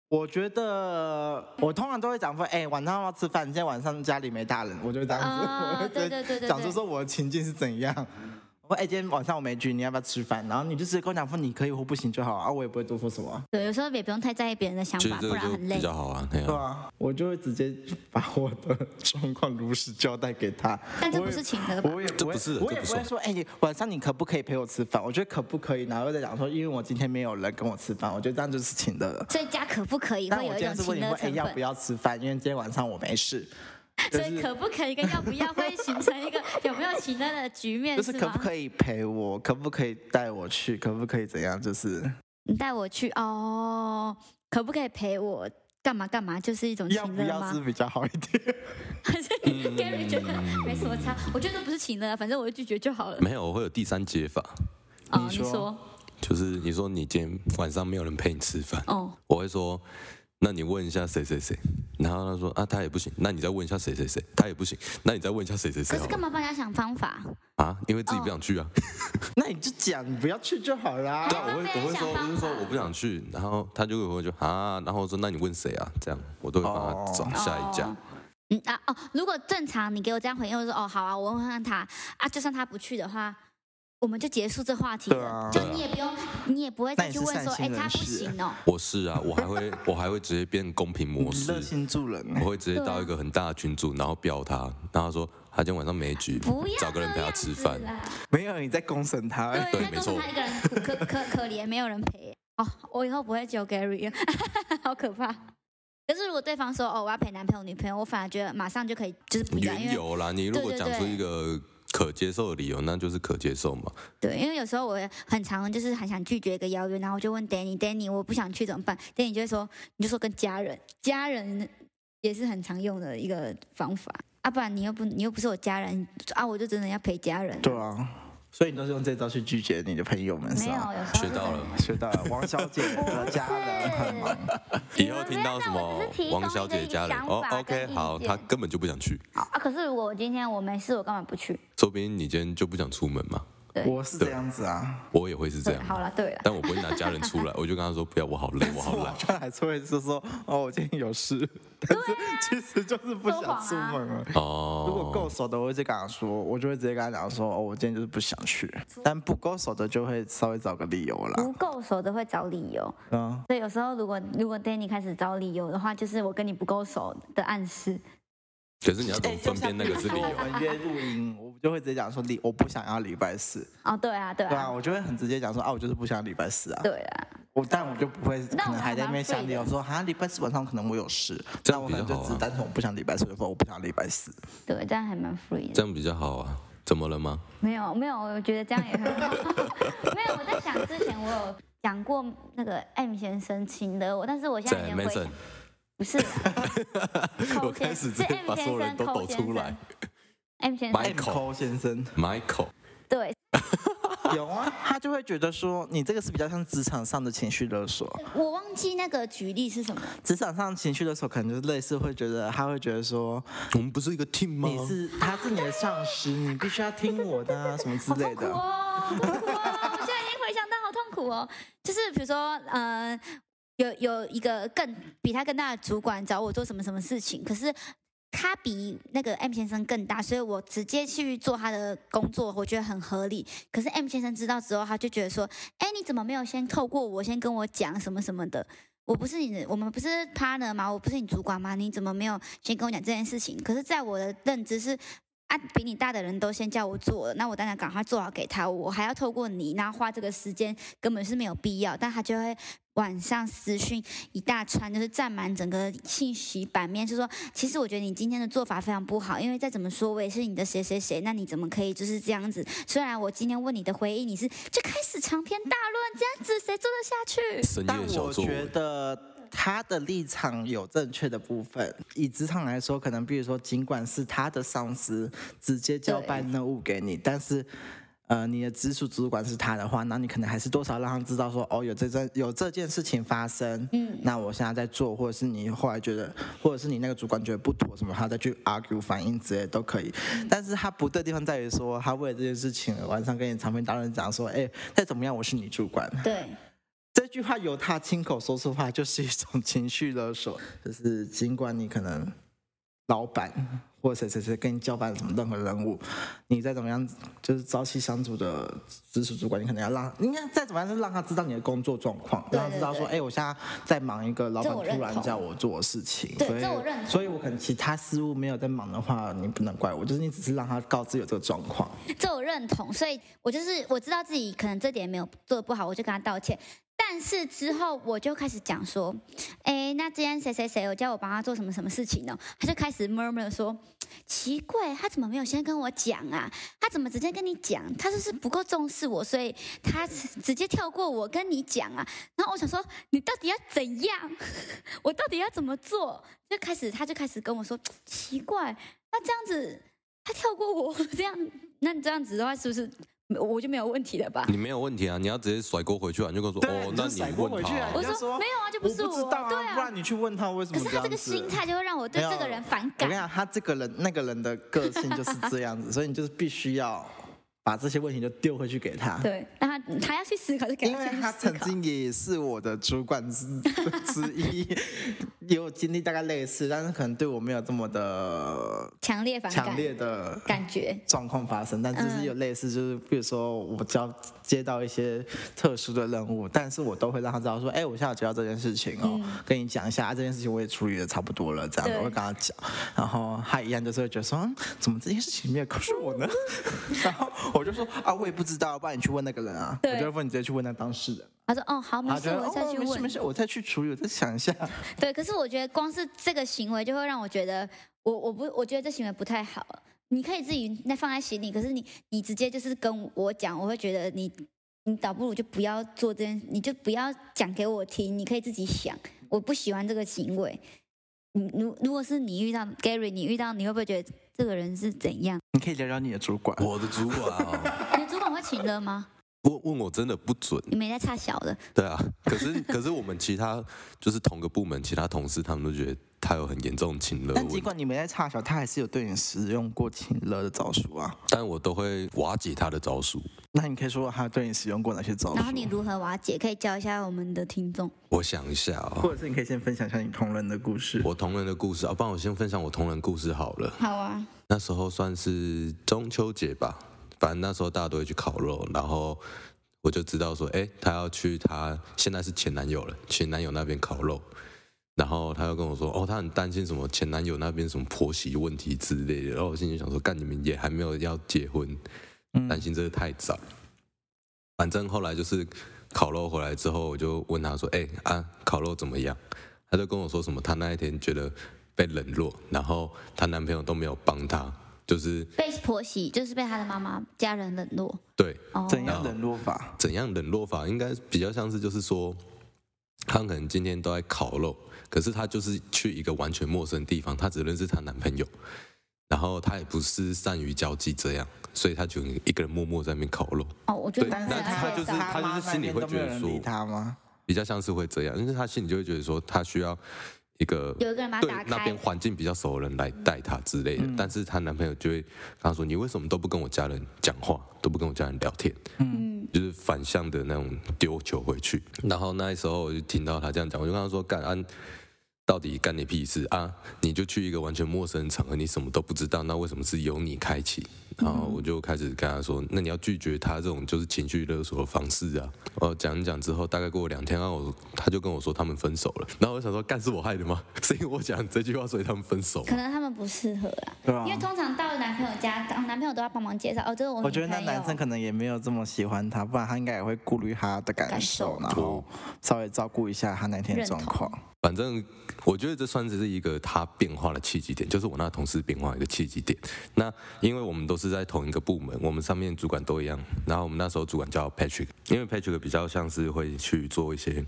S1: 我觉得我通常都会讲说，哎、晚上要吃饭，今天晚上家里没大人， *laughs* 我就会这样子，
S2: 啊
S1: 我会
S2: 对对对对
S1: 讲
S2: 对
S1: 出说我的情境是怎样。我说，哎、今天晚上我没去，你要不要吃饭？然后你就直接跟我讲说你可以或不行就好啊，我也不会多说什么啊，
S2: 对，有时候也不用太在意别人的想
S3: 其实
S2: 法，
S3: 这
S2: 不
S3: 个
S2: 然
S3: 就
S2: 很累
S3: 比。较好啊，对
S1: 对
S3: 啊。
S1: 啊，我就会直接把我的 *laughs* 状况如实交代给他。
S2: 但这
S1: 我
S2: 不
S1: 也
S2: 是情勒吧？
S1: 我也
S3: 这
S1: 会
S3: 不是
S1: 我
S3: 这
S1: 也
S3: 不
S1: 不会
S3: 是
S1: 说，哎、你晚上你可不可以陪我吃饭？我觉得可不可以，然后再讲说，因为我今天没有人跟我吃饭，我觉得这样就是请的了。
S2: 所以加可不可以
S1: 但
S2: 会
S1: 我
S2: 有
S1: 今
S2: 一种
S1: 天是问
S2: 情
S1: 你说
S2: 勒，
S1: 哎、
S2: 成
S1: 要不
S2: 分，
S1: 要吃饭？因为今天晚上我没事。
S2: 所以可不可以跟要不要会形成一个有没有情勒的局面，
S1: 就是可
S2: 吗
S1: 不？可以陪我，可不可以带我去，可不可以怎样？就是
S2: 你带我去哦，可不可以陪我干嘛干嘛？就是一种
S1: 要
S2: 情
S1: 不
S2: 勒
S1: 要是
S2: 吗？
S1: 比较好一点。 *laughs*
S2: *laughs* Gary 觉得没什么差，我觉得不是情勒，反正我就拒绝就好了。
S3: 没有，我会有第三解法，
S2: 哦，
S1: 你
S2: 你
S1: 说
S2: 说，
S3: 就是你说你今天晚上没有人陪你吃饭，
S2: 哦，
S3: 我会说，那你问一下谁谁谁，然后他说啊他也不行，那你再问一下谁谁谁，他也不行，那你再问一下谁谁
S2: 可
S3: 谁好
S2: 是干哦
S3: 了
S2: 嘛帮人家想方法？
S3: 啊，因为自己不想去啊。
S1: 那你就讲，你不要去就好啦
S3: 对。啊，我
S2: 帮
S3: 会
S2: 别人
S3: 我会
S2: 想
S3: 说我
S2: 方
S3: 就说
S2: 法
S3: 我不想去，然后他就会说啊，然后我说那你问谁啊？这样我都会帮他找下一家
S2: 哦。嗯啊哦，如果正常你给我这样回应，我就说哦好啊，我问问他啊，就算他不去的话，我们就结束这话题了，
S1: 对啊
S2: 就你也不用，你也不会
S1: 那
S2: 再
S1: 也
S2: 去
S1: 是
S2: 问
S1: 善
S2: 说，
S1: 心
S2: 哎、
S1: 人
S2: 他不
S1: 士
S2: 行哦，
S3: 我是啊，我还会
S2: *laughs*
S3: 我还会直接变公平模
S1: 你
S3: 式
S1: 热，心助人欸，
S3: 我会直接到一个很大的群组，然后标他，然后说他今天晚上没局
S2: 不要，
S3: 找个人陪他吃饭
S2: 这。样子啦
S1: 没有你在公审他。欸
S2: 对，
S3: 哎对
S2: 那
S3: 没
S2: 都是
S3: 错
S2: 他一个人可可可可怜，没有人陪。哦，我以后不会救 Gary，了 *laughs* 好可怕。可是如果对方说哦我要陪男朋友女朋友，我反而觉得马上就可以就是不要，因
S3: 缘
S2: 为
S3: 由啦，你如果
S2: 啊对对
S3: 讲出
S2: 对
S3: 一个可接受的理由，那就是可接受嘛。
S2: 对，因为有时候我也很常就是很想拒绝一个邀约，然后我就问 Danny，Danny 我不想去怎么办？Danny 就会说，你就说跟家人，家人也是很常用的一个方法啊，不然你又不你又不是我家人啊，我就真的要陪家人。
S1: 对啊，所以你都是用这招去拒绝你的朋友们，
S2: 没
S1: 是
S2: 有，
S1: 吧？
S2: 有时候
S3: 学
S2: 就
S3: 到
S2: 很
S3: 了。
S1: 学到了，王小姐的家人很忙，
S3: 以后听到什么王小姐家人，哦，OK，好，她根本就不想去，
S2: 好啊，可是如果我今天我没事，我干嘛不去？
S3: 说不定你今天就不想出门嘛。
S2: 对
S1: 我是这样子啊，
S3: 我也会是这
S2: 对，
S3: 样，
S2: 好了，对了，
S3: 但我不会拿家人出
S2: *laughs*
S3: 来，我就跟她说不要，我好累，我好
S1: 我
S3: 懒
S1: 好。像还是会是说，哦，我今天有事，但是其实就是不
S2: 啊
S1: 想
S2: 说谎
S1: 出
S2: 啊
S1: 门了。
S3: 哦，
S1: 如果够熟的，我会直接跟他说，我就会直接跟他讲说，哦，我今天就是不想去。但不够熟的，就会稍微找个理由
S3: 啊
S1: 啦。
S2: 不够熟的会找理由，
S1: 嗯，
S2: 所以有时候如果如果 Danny 开始找理由的话，就是我跟你不够熟的暗示。
S3: 可是你要
S1: 哎
S2: 哎
S3: 怎么分辨那个是理由
S1: 我？们约录音，我就会直接讲说，礼我不想要礼拜四，
S2: 哦，对啊，对
S1: 对啊，
S2: 啊，
S1: 我就会很直接讲说，啊，我就是不想要礼拜四啊。
S2: 对啊。
S1: 我但我就不会，可
S2: 那我
S1: 能还在那边想理由
S2: 还蛮
S1: 说，啊，礼拜四晚上可能我有事，
S3: 这
S1: 那
S3: 样
S1: 我可能
S3: 比较
S1: 就
S3: 好啊
S1: 只单纯我不想礼拜四，我就说我不想礼拜四。
S2: 对，这样还蛮 free
S3: 这
S2: 的。
S3: 样比较好啊？怎么了吗？
S2: 没有没有，我觉得这样也很好。
S3: *laughs*
S2: 没有，我在想之前我有讲过那个 M 先生请的我，但是我现在
S3: 在
S2: 有点回想
S3: Mason，
S2: 不
S3: *laughs*
S2: 是啦，
S3: 我
S2: 抠
S3: 开
S2: 先
S3: 始
S2: 生
S3: 直
S2: 是
S3: 接
S2: M
S3: 把
S2: 先
S3: 所有人
S2: 生，
S3: 都
S2: 抠
S3: 抖
S2: 先
S3: 出来
S2: 生。M 先生
S3: 买
S1: M 抠先生
S3: Michael，
S2: 对，
S1: 有啊，他就会觉得说，你这个是比较像职场上的情绪勒索。
S2: 我忘记那个举例是什么。
S1: 职场上情绪勒索可能就是类似会觉得，他会觉得说，
S3: 我们不是一个 team 吗？
S1: 你是他是你的上司，你必须要听我的、啊，什么之类的。
S2: 哇，好痛苦哦！我现在已经回想到好痛苦哦。 *laughs* 就是比如说，呃，有有一个更比他更大的主管找我做什么什么事情，可是他比那个 M 先生更大，所以我直接去做他的工作，我觉得很合理。可是 M 先生知道之后，他就觉得说，哎，你怎么没有先透过我先跟我讲什么什么的？我不是你的，我们不是 partner 吗？我不是你主管吗？你怎么没有先跟我讲这件事情？可是，在我的认知是，啊，比你大的人都先叫我做了，那我当然赶快做好给他，我还要透过你，然后花这个时间根本是没有必要。但他就会晚上私讯一大串，就是占满整个信息版面，就说其实我觉得你今天的做法非常不好，因为再怎么说我也是你的谁谁谁，那你怎么可以就是这样子？虽然我今天问你的回应你是就开始长篇大论这样子，谁做得下去？
S3: 深
S1: 但
S3: 夜小
S1: 我
S3: 作
S1: 觉
S3: 文，
S1: 得他的立场有正确的部分。以职场来说，可能比如说，尽管是他的上司直接交办任务给你，但是。呃你的直属主管是他的话，那你可能还是多少让他知道说哦有这件有这件事情发生，嗯，那我现在在做，或者是你后来觉得，或者是你那个主管觉得不妥什么，他再去 argue 反应之类都可以。 *laughs* 但是他不对的地方在于说，他为了这件事情晚上跟你长篇大论讲说，哎，再怎么样我是你主管， *laughs*
S2: 对，
S1: 这句话由他亲口说出话，就是一种情绪勒
S2: *laughs*
S1: 索。就是尽管你可能老板或谁谁谁跟你交办什么任何任务，你再怎么样就是朝夕相处的直属主管，你可能要让，应该再怎么样是让他知道你的工作状况，
S2: 对
S1: 让他知道说，
S2: 对
S1: 哎，我现在在忙一个老板
S2: 这我认
S1: 突然
S2: 同
S1: 叫我做的事情，
S2: 对
S1: 所以
S2: 这我认同
S1: 所以我可能其他事务没有在忙的话，你不能怪我，就是你只是让他告知有这个状况。
S2: 这我认同，所以我就是我知道自己可能这点没有做的不好，我就跟他道歉。但是之后我就开始讲说，哎，那今天谁谁谁有叫我帮他做什么什么事情呢？他就开始 murmur 说，奇怪，他怎么没有先跟我讲啊？他怎么直接跟你讲？他是不是不够重视我，所以他直接跳过我跟你讲啊？然后我想说，你到底要怎样？ *laughs* 我到底要怎么做？就开始他就开始跟我说，奇怪，那这样子他跳过我 *laughs* 这样，那你这样子的话是不是我就没有问题了吧？
S3: 你没有问题啊，你要直接甩锅回去啊，你就跟我说，
S1: 对
S3: 哦
S1: 你，就
S3: 那你
S1: 甩锅回
S3: 问
S1: 去
S3: 他、
S1: 啊
S3: 啊
S1: 你
S2: 我
S1: 就
S2: 说
S1: 说
S2: 没有啊，就
S1: 我
S2: 是
S1: 知道
S2: 对啊
S1: 不然你去问他为什么
S2: 可
S1: 这
S2: 是
S1: 样子。
S2: 他这个心态就会让我对
S1: 没有
S2: 这个人反
S1: 我跟
S2: 感
S1: 你。讲，他这个人那个人的个性就是这样子，所以你就是必须要把这些问题就丢回去给他。
S2: 对，让他他要去思考，就给
S1: 啊因
S2: 他
S1: 为
S2: 去
S1: 他
S2: 思
S1: 曾
S2: 考。
S1: 经也是我的主管之之一， *laughs* 也有经历大概类似，但是可能对我没有这么的
S2: 强烈反感，
S1: 强烈的
S2: 感觉。
S1: 状况发生，但
S2: 嗯
S1: 就是有类似，就是比如说我交接到一些特殊的任务，但是我都会让他知道说，哎、我现在有接到这件事情哦，跟你讲一下、啊，这件事情我也处理的差不多了，这样
S2: 嗯对
S1: 我会跟他讲，然后他一样就是会觉得说，嗯怎么这件事情没有告诉我
S2: *laughs*
S1: 呢？然后我就说啊，我也不知道，不然你去问那个人啊，
S2: 对
S1: 我就会问你直接去问那当事人，
S2: 他说：“哦，好，没
S1: 他
S2: 事，
S1: 觉得
S2: 我再
S1: 哦
S2: 去
S1: 没
S2: 问。
S1: 事没事，我再去处理，我再想一
S2: *laughs*
S1: 下，
S2: 对，可是我觉得光是这个行为就会让我觉得，我我不我觉得这行为不太好。你可以自己那放在心里，可是你你直接就是跟我讲，我会觉得你你倒不如就不要做这件，你就不要讲给我听，你可以自己想。我不喜欢这个行为。你如如果是你遇到 Gary，你遇到你会不会觉得这个人是怎样？
S1: 你可以聊聊你的主管，
S3: 我的主管啊，
S2: 你的主管会请了吗？
S3: 问问我真的不准，
S2: 你没在差小的，
S3: 对啊。可是可是我们其他就是同个部门其他同事，他们都觉得他有很严重的情勒
S1: 但
S3: 问
S1: 尽
S3: 题，
S1: 管你没在差小，他还是有对你使用过情勒的招数啊。
S3: 但我都会瓦解他的招数。
S1: 那你可以说他对你使用过哪些招数？
S2: 然后你如何瓦解？可以教一下我们的听众。
S3: 我想一下哦，
S1: 或者是你可以先分享一下你同人的故事。
S3: 我同人的故事啊，不然我先分享我同人故事好了。
S2: 好啊，
S3: 那时候算是中秋节吧，反正那时候大家都会去烤肉，然后我就知道说，哎、她要去她现在是前男友了，前男友那边烤肉，然后她又跟我说，哦，她很担心什么前男友那边什么婆媳问题之类的，然后我心里想说，干你们也还没有要结婚，担心这个太早。反正后来就是烤肉回来之后，我就问她说，哎、啊，烤肉怎么样？她就跟我说什么，她那一天觉得被冷落，然后她男朋友都没有帮她，就是
S2: 被婆媳就是被他的妈妈家人冷落。
S3: 对
S2: 哦，
S1: 怎样冷落法？
S3: 怎样冷落法，应该比较像是就是说，她可能今天都在烤肉，可是她就是去一个完全陌生的地方，她只认识她男朋友，然后她也不是善于交际这样，所以她就一个人默默在那边烤肉，
S2: 哦，我觉得
S3: 对
S2: 男
S3: 那
S2: 生
S3: 但是他
S2: 还
S3: 就是
S2: 上
S3: 他就是心里会觉得
S1: 妈
S3: 说
S1: 妈那边都没有人理他吗？
S3: 比较像是会这样，因为她心里就会觉得说，她需要一个
S2: 有一个人把他
S3: 对
S2: 打
S3: 那
S2: 开
S3: 边，环境比较熟的人来带她之类的，但是她男朋友就会跟她说：“你为什么都不跟我家人讲话，都不跟我家人聊天？”
S2: 嗯，
S3: 就是反向的那种丢球回去。然后那时候我就听到他这样讲，我就跟他说：“干啊，到底干你屁事啊？你就去一个完全陌生的场合，你什么都不知道，那为什么是由你开启？”然后我就开始跟他说：“那你要拒绝他这种就是情绪勒索的方式啊。”我讲一讲之后，大概过了两天，然后我他就跟我说他们分手了。然后我想说，干是我害的吗？ *laughs* 是因为我讲这句话，所以他们分手吗。
S2: 可能他们不适合啦。
S1: 对啊吧
S2: 因为？通常到男朋友家，哦男朋友都要帮忙介绍。哦，这是我
S1: 我
S2: 我
S1: 觉得那男生可能也没有这么喜欢他，不然他应该也会顾虑他的感受，
S2: 感
S1: 然后稍微照顾一下他那天的
S2: 认同
S1: 状况。
S3: 反正我觉得这算是一个他变化的契机点，就是我那同事变化的一个契机点。那因为我们都是在同一个部门，我们上面主管都一样，然后我们那时候主管叫 Patrick，因为 Patrick 比较像是会去做一些。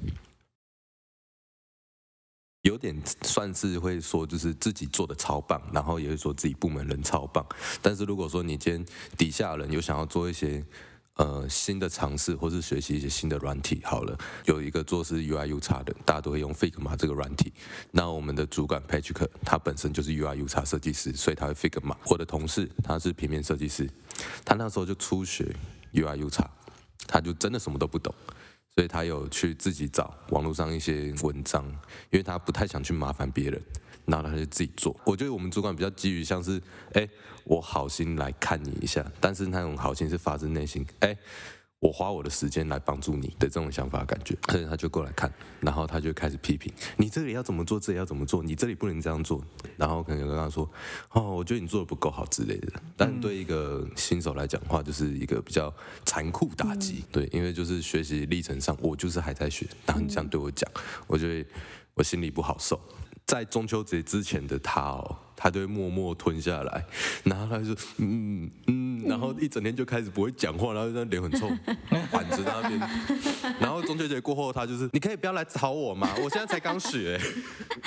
S3: 有点算是会说，就是自己做的超棒，然后也会说自己部门人超棒。但是如果说你今天底下人有想要做一些呃新的尝试，或是学习一些新的软体。好了，有一个做是 UI U 叉的，大家都会用 Figma 这个软体。那我们的主管 Patrick 他本身就是 UI U 叉设计师，所以他会 Figma。我的同事他是平面设计师，他那时候就初学 UI U 叉，他就真的什么都不懂。所以他有去自己找网络上一些文章，因为他不太想去麻烦别人，然后他就自己做。我觉得我们主管比较基于像是，哎、我好心来看你一下，但是那种好心是发自内心，哎、我花我的时间来帮助你的这种想法感觉，所以他就过来看，然后他就开始批评你这里要怎么做，这里要怎么做，你这里不能这样做，然后可能跟他说，哦，我觉得你做的不够好之类的。但对一个新手来讲的话，就是一个比较残酷打击，对，因为就是学习历程上，我就是还在学，然后你这样对我讲，我觉得我心里不好受。在中秋节之前的他哦，他就会默默吞下来，然后他就嗯嗯，然后一整天就开始不会讲话，然后就那脸很
S1: *laughs*
S3: 臭，板子在那边。然后中秋节过后，他就是你可以不要来吵
S1: *laughs*
S3: 我嘛，我现在才刚学。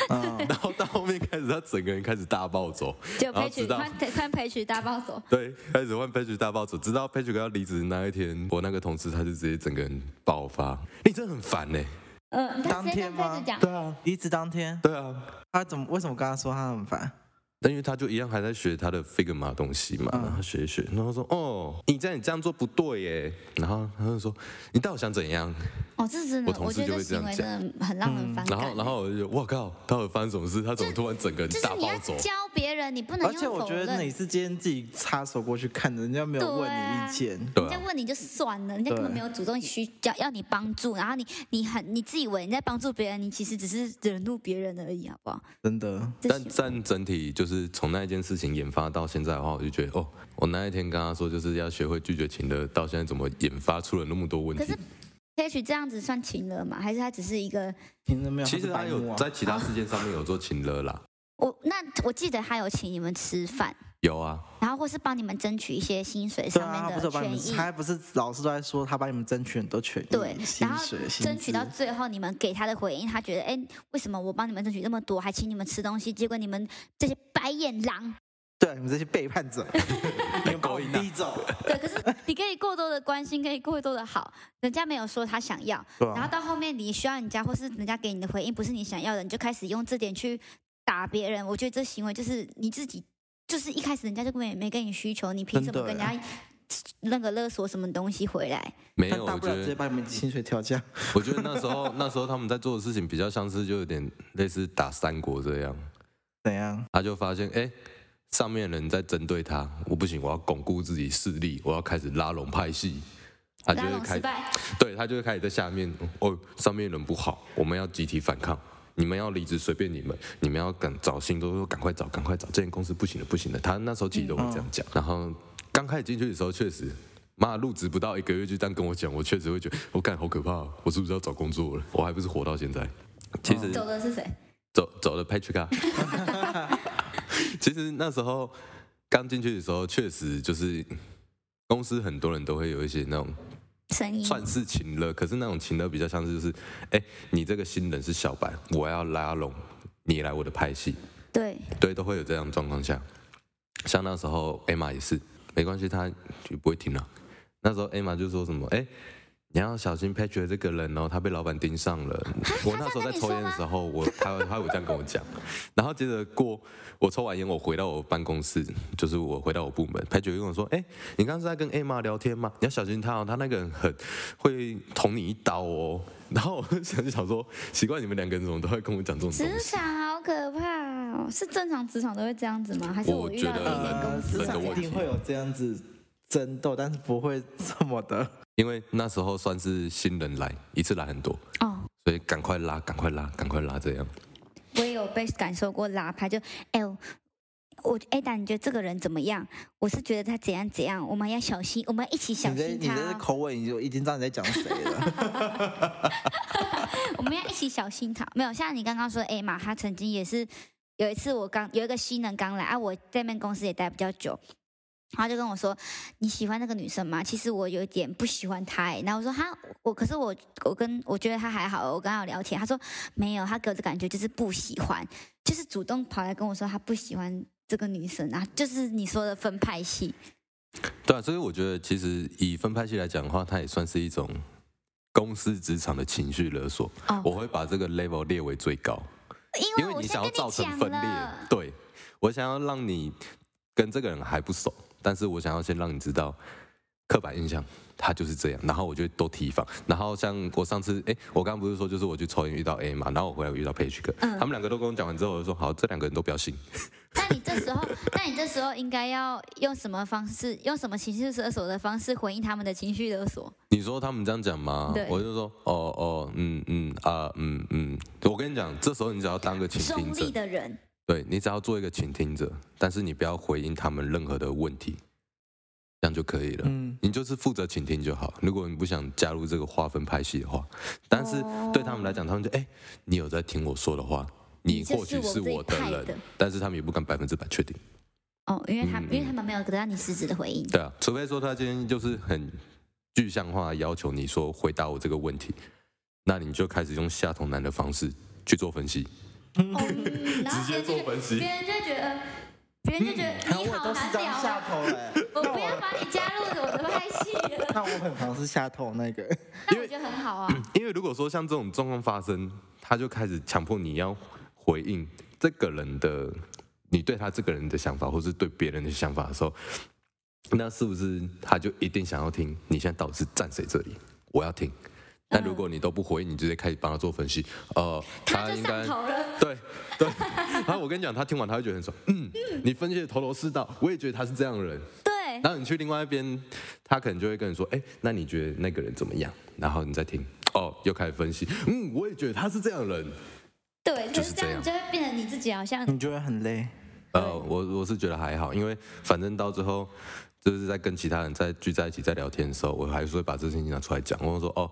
S1: 嗯
S3: *laughs* 然后到后面开始，他整个人开始大暴走，
S5: 就
S3: 然后
S5: 培
S3: 直
S5: 取
S3: 到
S5: 换换培取大暴走，
S3: 对，开始换 Page 大暴走，直到 Page 要离职那一天，我那个同事他就直接整个人爆发，你真的很烦欸呢、
S2: 呃
S5: 嗯，他
S1: 当
S5: 直接
S1: 天
S5: 跟培
S1: 吗
S5: 取讲，
S1: 对啊，离职当天，
S3: 对啊，
S1: 他怎么为什么跟他说他很烦？
S3: 但因为他就一样还在学他的 Figma 东西嘛，
S1: 嗯
S3: 然后学一学，然后说哦，你这样你这样做不对耶，然后他就说你到底想怎样？
S2: 哦，这真的
S3: 我，同
S2: 我
S3: 事
S2: 觉
S3: 就
S2: 得
S3: 会
S2: 这
S3: 这样
S2: 行
S3: 嗯
S2: 为真的很让人反
S3: 然
S2: 感
S3: 后。然后我就我靠，到底发生什么事？他怎么突然整个人
S2: 就是
S3: 大
S2: 你
S3: 暴
S2: 要
S3: 走？
S2: 教别人，你不能
S1: 而
S2: 用
S1: 且我
S2: 否
S1: 觉得
S2: 认
S1: 你。是今天自己插手过去看的，人家没有问你意见。
S3: 对
S2: 人家
S3: 啊，
S2: 问你就算了，人家根本
S1: 对
S2: 没有主动需要要你帮助，然后你你很你自以为你在帮助别人，你其实只是惹怒别人而已，好不好？
S1: 真的，
S2: 这
S3: 但
S2: 行
S3: 但整体就是从那一件事情研发到现在的话，我就觉得哦，我那一天跟他说就是要学会拒绝情的，到现在怎么研发出了那么多问
S2: 可
S3: 题
S2: 是？也许这样子算情了嘛？还是他只是一个
S1: 听着没有？
S3: 其实
S1: 他
S3: 他
S1: 是白目
S3: 有
S1: 啊
S3: 在其他事件上面有做情了啦，
S2: 我那我记得他有请你们吃饭，
S3: 有啊，
S2: 然后或是帮你们争取一些薪水
S1: 对
S2: 上
S1: 啊，他
S2: 面
S1: 不是
S2: 的
S1: 有帮你
S2: 权
S1: 们，
S2: 益，
S1: 他不是老师都在说他帮你们争取很多权益，
S2: 对，
S1: 薪
S2: 然后
S1: 水、薪
S2: 争取到
S1: 资
S2: 最后，你们给他的回应，他觉得，哎，为什么我帮你们争取那么多，还请你们吃东西，结果你们这些白眼狼，
S1: 对啊你们这些背叛
S2: *laughs*
S1: 者， *laughs* 你们把我逼走，
S2: 对，可是你可以过多的关心，可以过多的好，人家没有说他想要，
S1: 对
S2: 然后
S1: 啊，
S2: 到后面你需要人家或是人家给你的回应不是你想要的，你就开始用这点去打别人。我觉得这行为就是你自己，就是一开始人家就没没跟你需求，你凭什么
S1: 真的
S2: 跟人家那个勒索什么东西回来？
S3: 没
S1: 但
S3: 有，
S1: 大
S3: 我
S1: 不
S3: 觉
S1: 了直接
S3: 得
S1: 把你们薪水调
S3: *laughs*
S1: 降。
S3: 我觉得那时候 *laughs* 那时候他们在做的事情比较像是就有点类似打三国这样，啊
S1: 怎样？
S3: 他就发现哎、诶上面人在针对他，我不行，我要巩固自己势力，我要开始拉拢派系，他就
S2: 拉
S3: 会
S2: 拢失
S3: 开
S2: 败，
S3: 对他就会开始在下面哦，上面人不好，我们要集体反抗。你们要离职随便你们，你们要赶找新都赶快找，赶快找，这间公司不行了不行了。他那时候其实都会这样讲，然后刚开始进去的时候确实。妈，入职不到一个月就这样跟我讲，我确实会觉得，我、感好可怕、哦，我是不是要找工作了？我还不是活到现在。其实
S2: 哦
S5: 走的是谁？
S3: 走走了 Patrick 啊。 *laughs* 其实那时候刚进去的时候，确实就是公司很多人都会有一些那种
S2: 声音
S3: 算是情了，可是那种情了比较像是就是，哎、你这个新人是小白，我要拉拢你来我的拍戏，
S2: 对，
S3: 对，都会有这样的状况下。像那时候 Emma 也是，没关系，她也不会停了、那时候 Emma 就说什么，哎、你要小心 Patrick 这个人哦，他被老板盯上了。我那啊时候在抽烟的时候，我他他有这样跟我讲，然后接着过我抽完烟，我回到我办公室，就是我回到我部门，Patrick 就跟我说，哎、你刚刚是在跟 Emma 聊天吗？你要小心他哦，他那个人很会捅你一刀哦。然后我就想就想说，奇怪，你们两个人怎么都会跟我讲这种东
S2: 职
S3: 西？
S2: 场好可怕哦！是正常职场都会这样子吗？还是
S3: 我
S2: 遇到
S3: 觉
S2: 的
S3: 得呃
S2: 一间公司
S1: 职
S2: 呃是这
S3: 人
S1: 场
S3: 的
S1: 一
S3: 问
S2: 样？
S3: 题
S1: 定会有这样子争斗，但是不会这么的。
S3: 因为那时候算是新人来，一次来很多，
S2: 哦，
S3: 所以赶快拉，赶快拉，赶快拉这样。
S2: 我也有被感受过拉拍，就哎、我我哎，但你觉得这个人怎么样？我是觉得他怎样怎样，我们要小心，我们要一起小
S1: 你的
S2: 心
S1: 你
S2: 他
S1: 的
S2: 哦、
S1: 口吻，你就已经知道你在讲谁
S3: *laughs* 啊
S1: 了。
S2: 我们要一起小心他。没有，像你刚刚说的 A 嘛，他曾经也是有一次我刚有一个新人刚来啊，我在那边公司也待比较久。然后就跟我说：“你喜欢那个女生吗？”其实我有点不喜欢她、欸。然后我说：“哈，我可是我，我跟我觉得她还好。我跟她有聊天，她说没有，她给我的感觉就是不喜欢，就是主动跑来跟我说她不喜欢这个女生啊，就是你说的分派系。
S3: 对啊，所以我觉得其实以分派系来讲的话，它也算是一种公司职场的情绪勒索。
S2: 哦
S3: 我会把这个 level 列为最高，因
S2: 因为
S3: 为
S2: 我
S3: 你
S2: 现
S3: 想
S2: 在
S3: 要
S2: 跟
S3: 造
S2: 你
S3: 成
S2: 讲
S3: 分裂
S2: 了，。
S3: 对我想要让你跟这个人还不熟，但是我想要先让你知道刻板印象他就是这样，然后我就都提防。然后像我上次，哎，我刚刚不是说就是我去抽烟遇到 A 嘛，然后我回来我遇到 Page 哥，
S2: 嗯
S3: 他们两个都跟我讲完之后，我就说好，这两个人都不要信。
S2: 那你这时候， *laughs* 那你这时候应该要用什么方式，用什么情绪勒索的方式回应他们的情绪勒索？
S3: 你说他们这样讲吗
S2: 对？
S3: 我就说哦哦嗯嗯啊嗯嗯，我跟你讲，这时候你只要当个倾
S2: 中
S3: 听
S2: 立
S3: 者，
S2: 的人，
S3: 对你只要做一个倾听者，但是你不要回应他们任何的问题，这样就可以了。
S1: 嗯，
S3: 你就是负责倾听就好。如果你不想加入这个划分派系的话，但是
S2: 哦
S3: 对他们来讲，他们就哎、你有在听我说的话，
S2: 你
S3: 你
S2: 就
S3: 或许
S2: 是我
S3: 是
S2: 这一
S3: 我的
S2: 派
S3: 人，
S2: 的
S3: 但是他们也不敢百分之百确定。
S2: 哦，因为他、
S3: 嗯
S2: 因为他们没有得到你实质的
S3: *laughs*
S2: 回应。
S3: 对啊，除非说他今天就是很具象化地要求你说回答我这个问题，那你就开始用下头男的方式去做分析，
S2: 哦，嗯然后别人就
S3: 分析
S2: 别人就觉得，别人就觉
S3: 嗯
S2: 得你
S1: 嗯哎我
S2: 好
S1: 都是
S2: 难
S1: 这样
S2: 聊
S1: 下
S2: 啊，
S1: 头哎、
S2: 我不要把你加入我的拍戏了，
S1: *laughs* 那我很常是下头那
S3: *laughs*
S1: 个，
S2: 那我觉得很好啊。
S3: 因为如果说像这种状况发生，他就开始强迫你要回应这个人的，你对他这个人的想法，或是对别人的想法的时候，那是不是他就一定想要听？你现在到底是站谁这里？我要听。但如果你都不回应，你直接开始帮他做分析，呃，
S2: 他就
S3: 应该
S2: 上头了，
S3: 对对，然后我跟你讲，他听完他会觉得很爽，嗯，你分析的头头是道，我也觉得他是这样的人。
S2: 对，
S3: 然后你去另外一边，他可能就会跟你说，哎，那你觉得那个人怎么样？然后你再听，哦，又开始分析，嗯，我也觉得他是这样的人。
S5: 对，
S3: 就
S5: 就是是
S3: 这
S5: 这
S3: 样
S5: 样，就会变成你自己好像
S1: 你就会很累。
S3: 呃，我我是觉得还好，因为反正到最后就是在跟其他人在聚在一起在聊天的时候，我还是会把这事情拿出来讲。我会说，哦，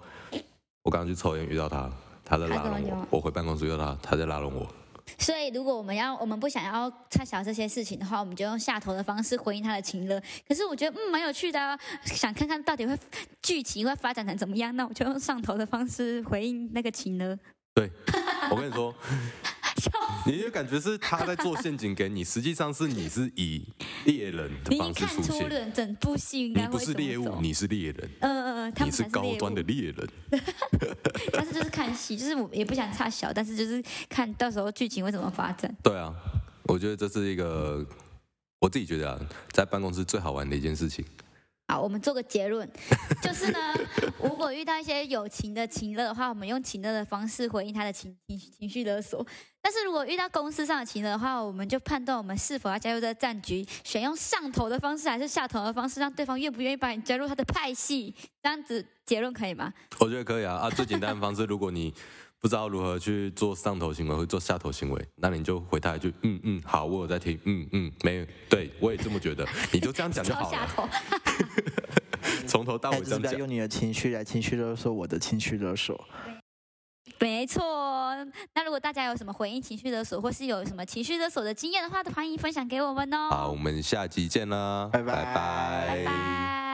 S3: 我刚刚去抽烟遇到他，他在拉
S5: 他怎么
S3: 拢我
S5: 有；
S3: 我回办公室遇到他，他在拉拢我。
S5: 所以，如果我们要，我们不想要插小这些事情的话，我们就用下头的方式回应他的情勒。可是我觉得，嗯，蛮有趣的、啊，想看看到底会剧情会发展成怎么样。那我就用上头的方式回应那个情勒。
S3: 对， *laughs* 我跟
S5: *laughs*
S3: 你说，你就感觉是他在做陷阱给你，实际上是你是以猎人的
S5: 你已经
S3: 方式
S5: 看
S3: 出
S5: 出
S3: 现，
S5: 了整部戏应
S3: 你
S5: 该
S3: 不
S5: 会
S3: 是
S5: 怎
S3: 猎
S5: 么
S3: 物，
S5: 走。
S3: 你是猎人，
S5: 嗯嗯嗯，他
S3: 你
S5: 们才
S3: 是高
S5: 猎物
S3: 端的，猎人。
S5: 但是就是看戏，就是我也不想插小，但是就是看到时候剧情会怎么发展。
S3: 对啊，我觉得这是一个我自己觉得啊，在办公室最好玩的一件事情。
S5: 好，我们做个结论，就是呢，如果遇到一些友情的情勒的话，我们用情勒的方式回应他的情情情绪勒索；但是如果遇到公司上的情勒的话，我们就判断我们是否要加入这个战局，选用上头的方式还是下头的方式，让对方愿不愿意把你加入他的派系。这样子结论可以吗？
S3: 我觉得可以啊啊！最简
S5: *laughs*
S3: 单的方式，如果你不知道如何去做上头行为或做下头行为，那你就回他一句：嗯嗯，好，我有在听，嗯嗯，没有，对我也这么觉得，你就这样讲就
S5: 超
S3: 好
S5: 下
S3: 了，
S5: 头，
S3: 从头到
S1: 哎，
S3: 尾
S1: 就
S3: 这
S1: 是
S3: 样
S1: 不要
S3: 讲。
S1: 用你的情绪来情绪勒索我的情绪勒索。
S5: 没错。那如果大家有什么回应情绪勒索，或是有什么情绪勒索的经验的话，都欢迎分享给我们哦。
S3: 好，我们下集见啦，
S1: 拜拜
S3: 拜
S5: 拜拜。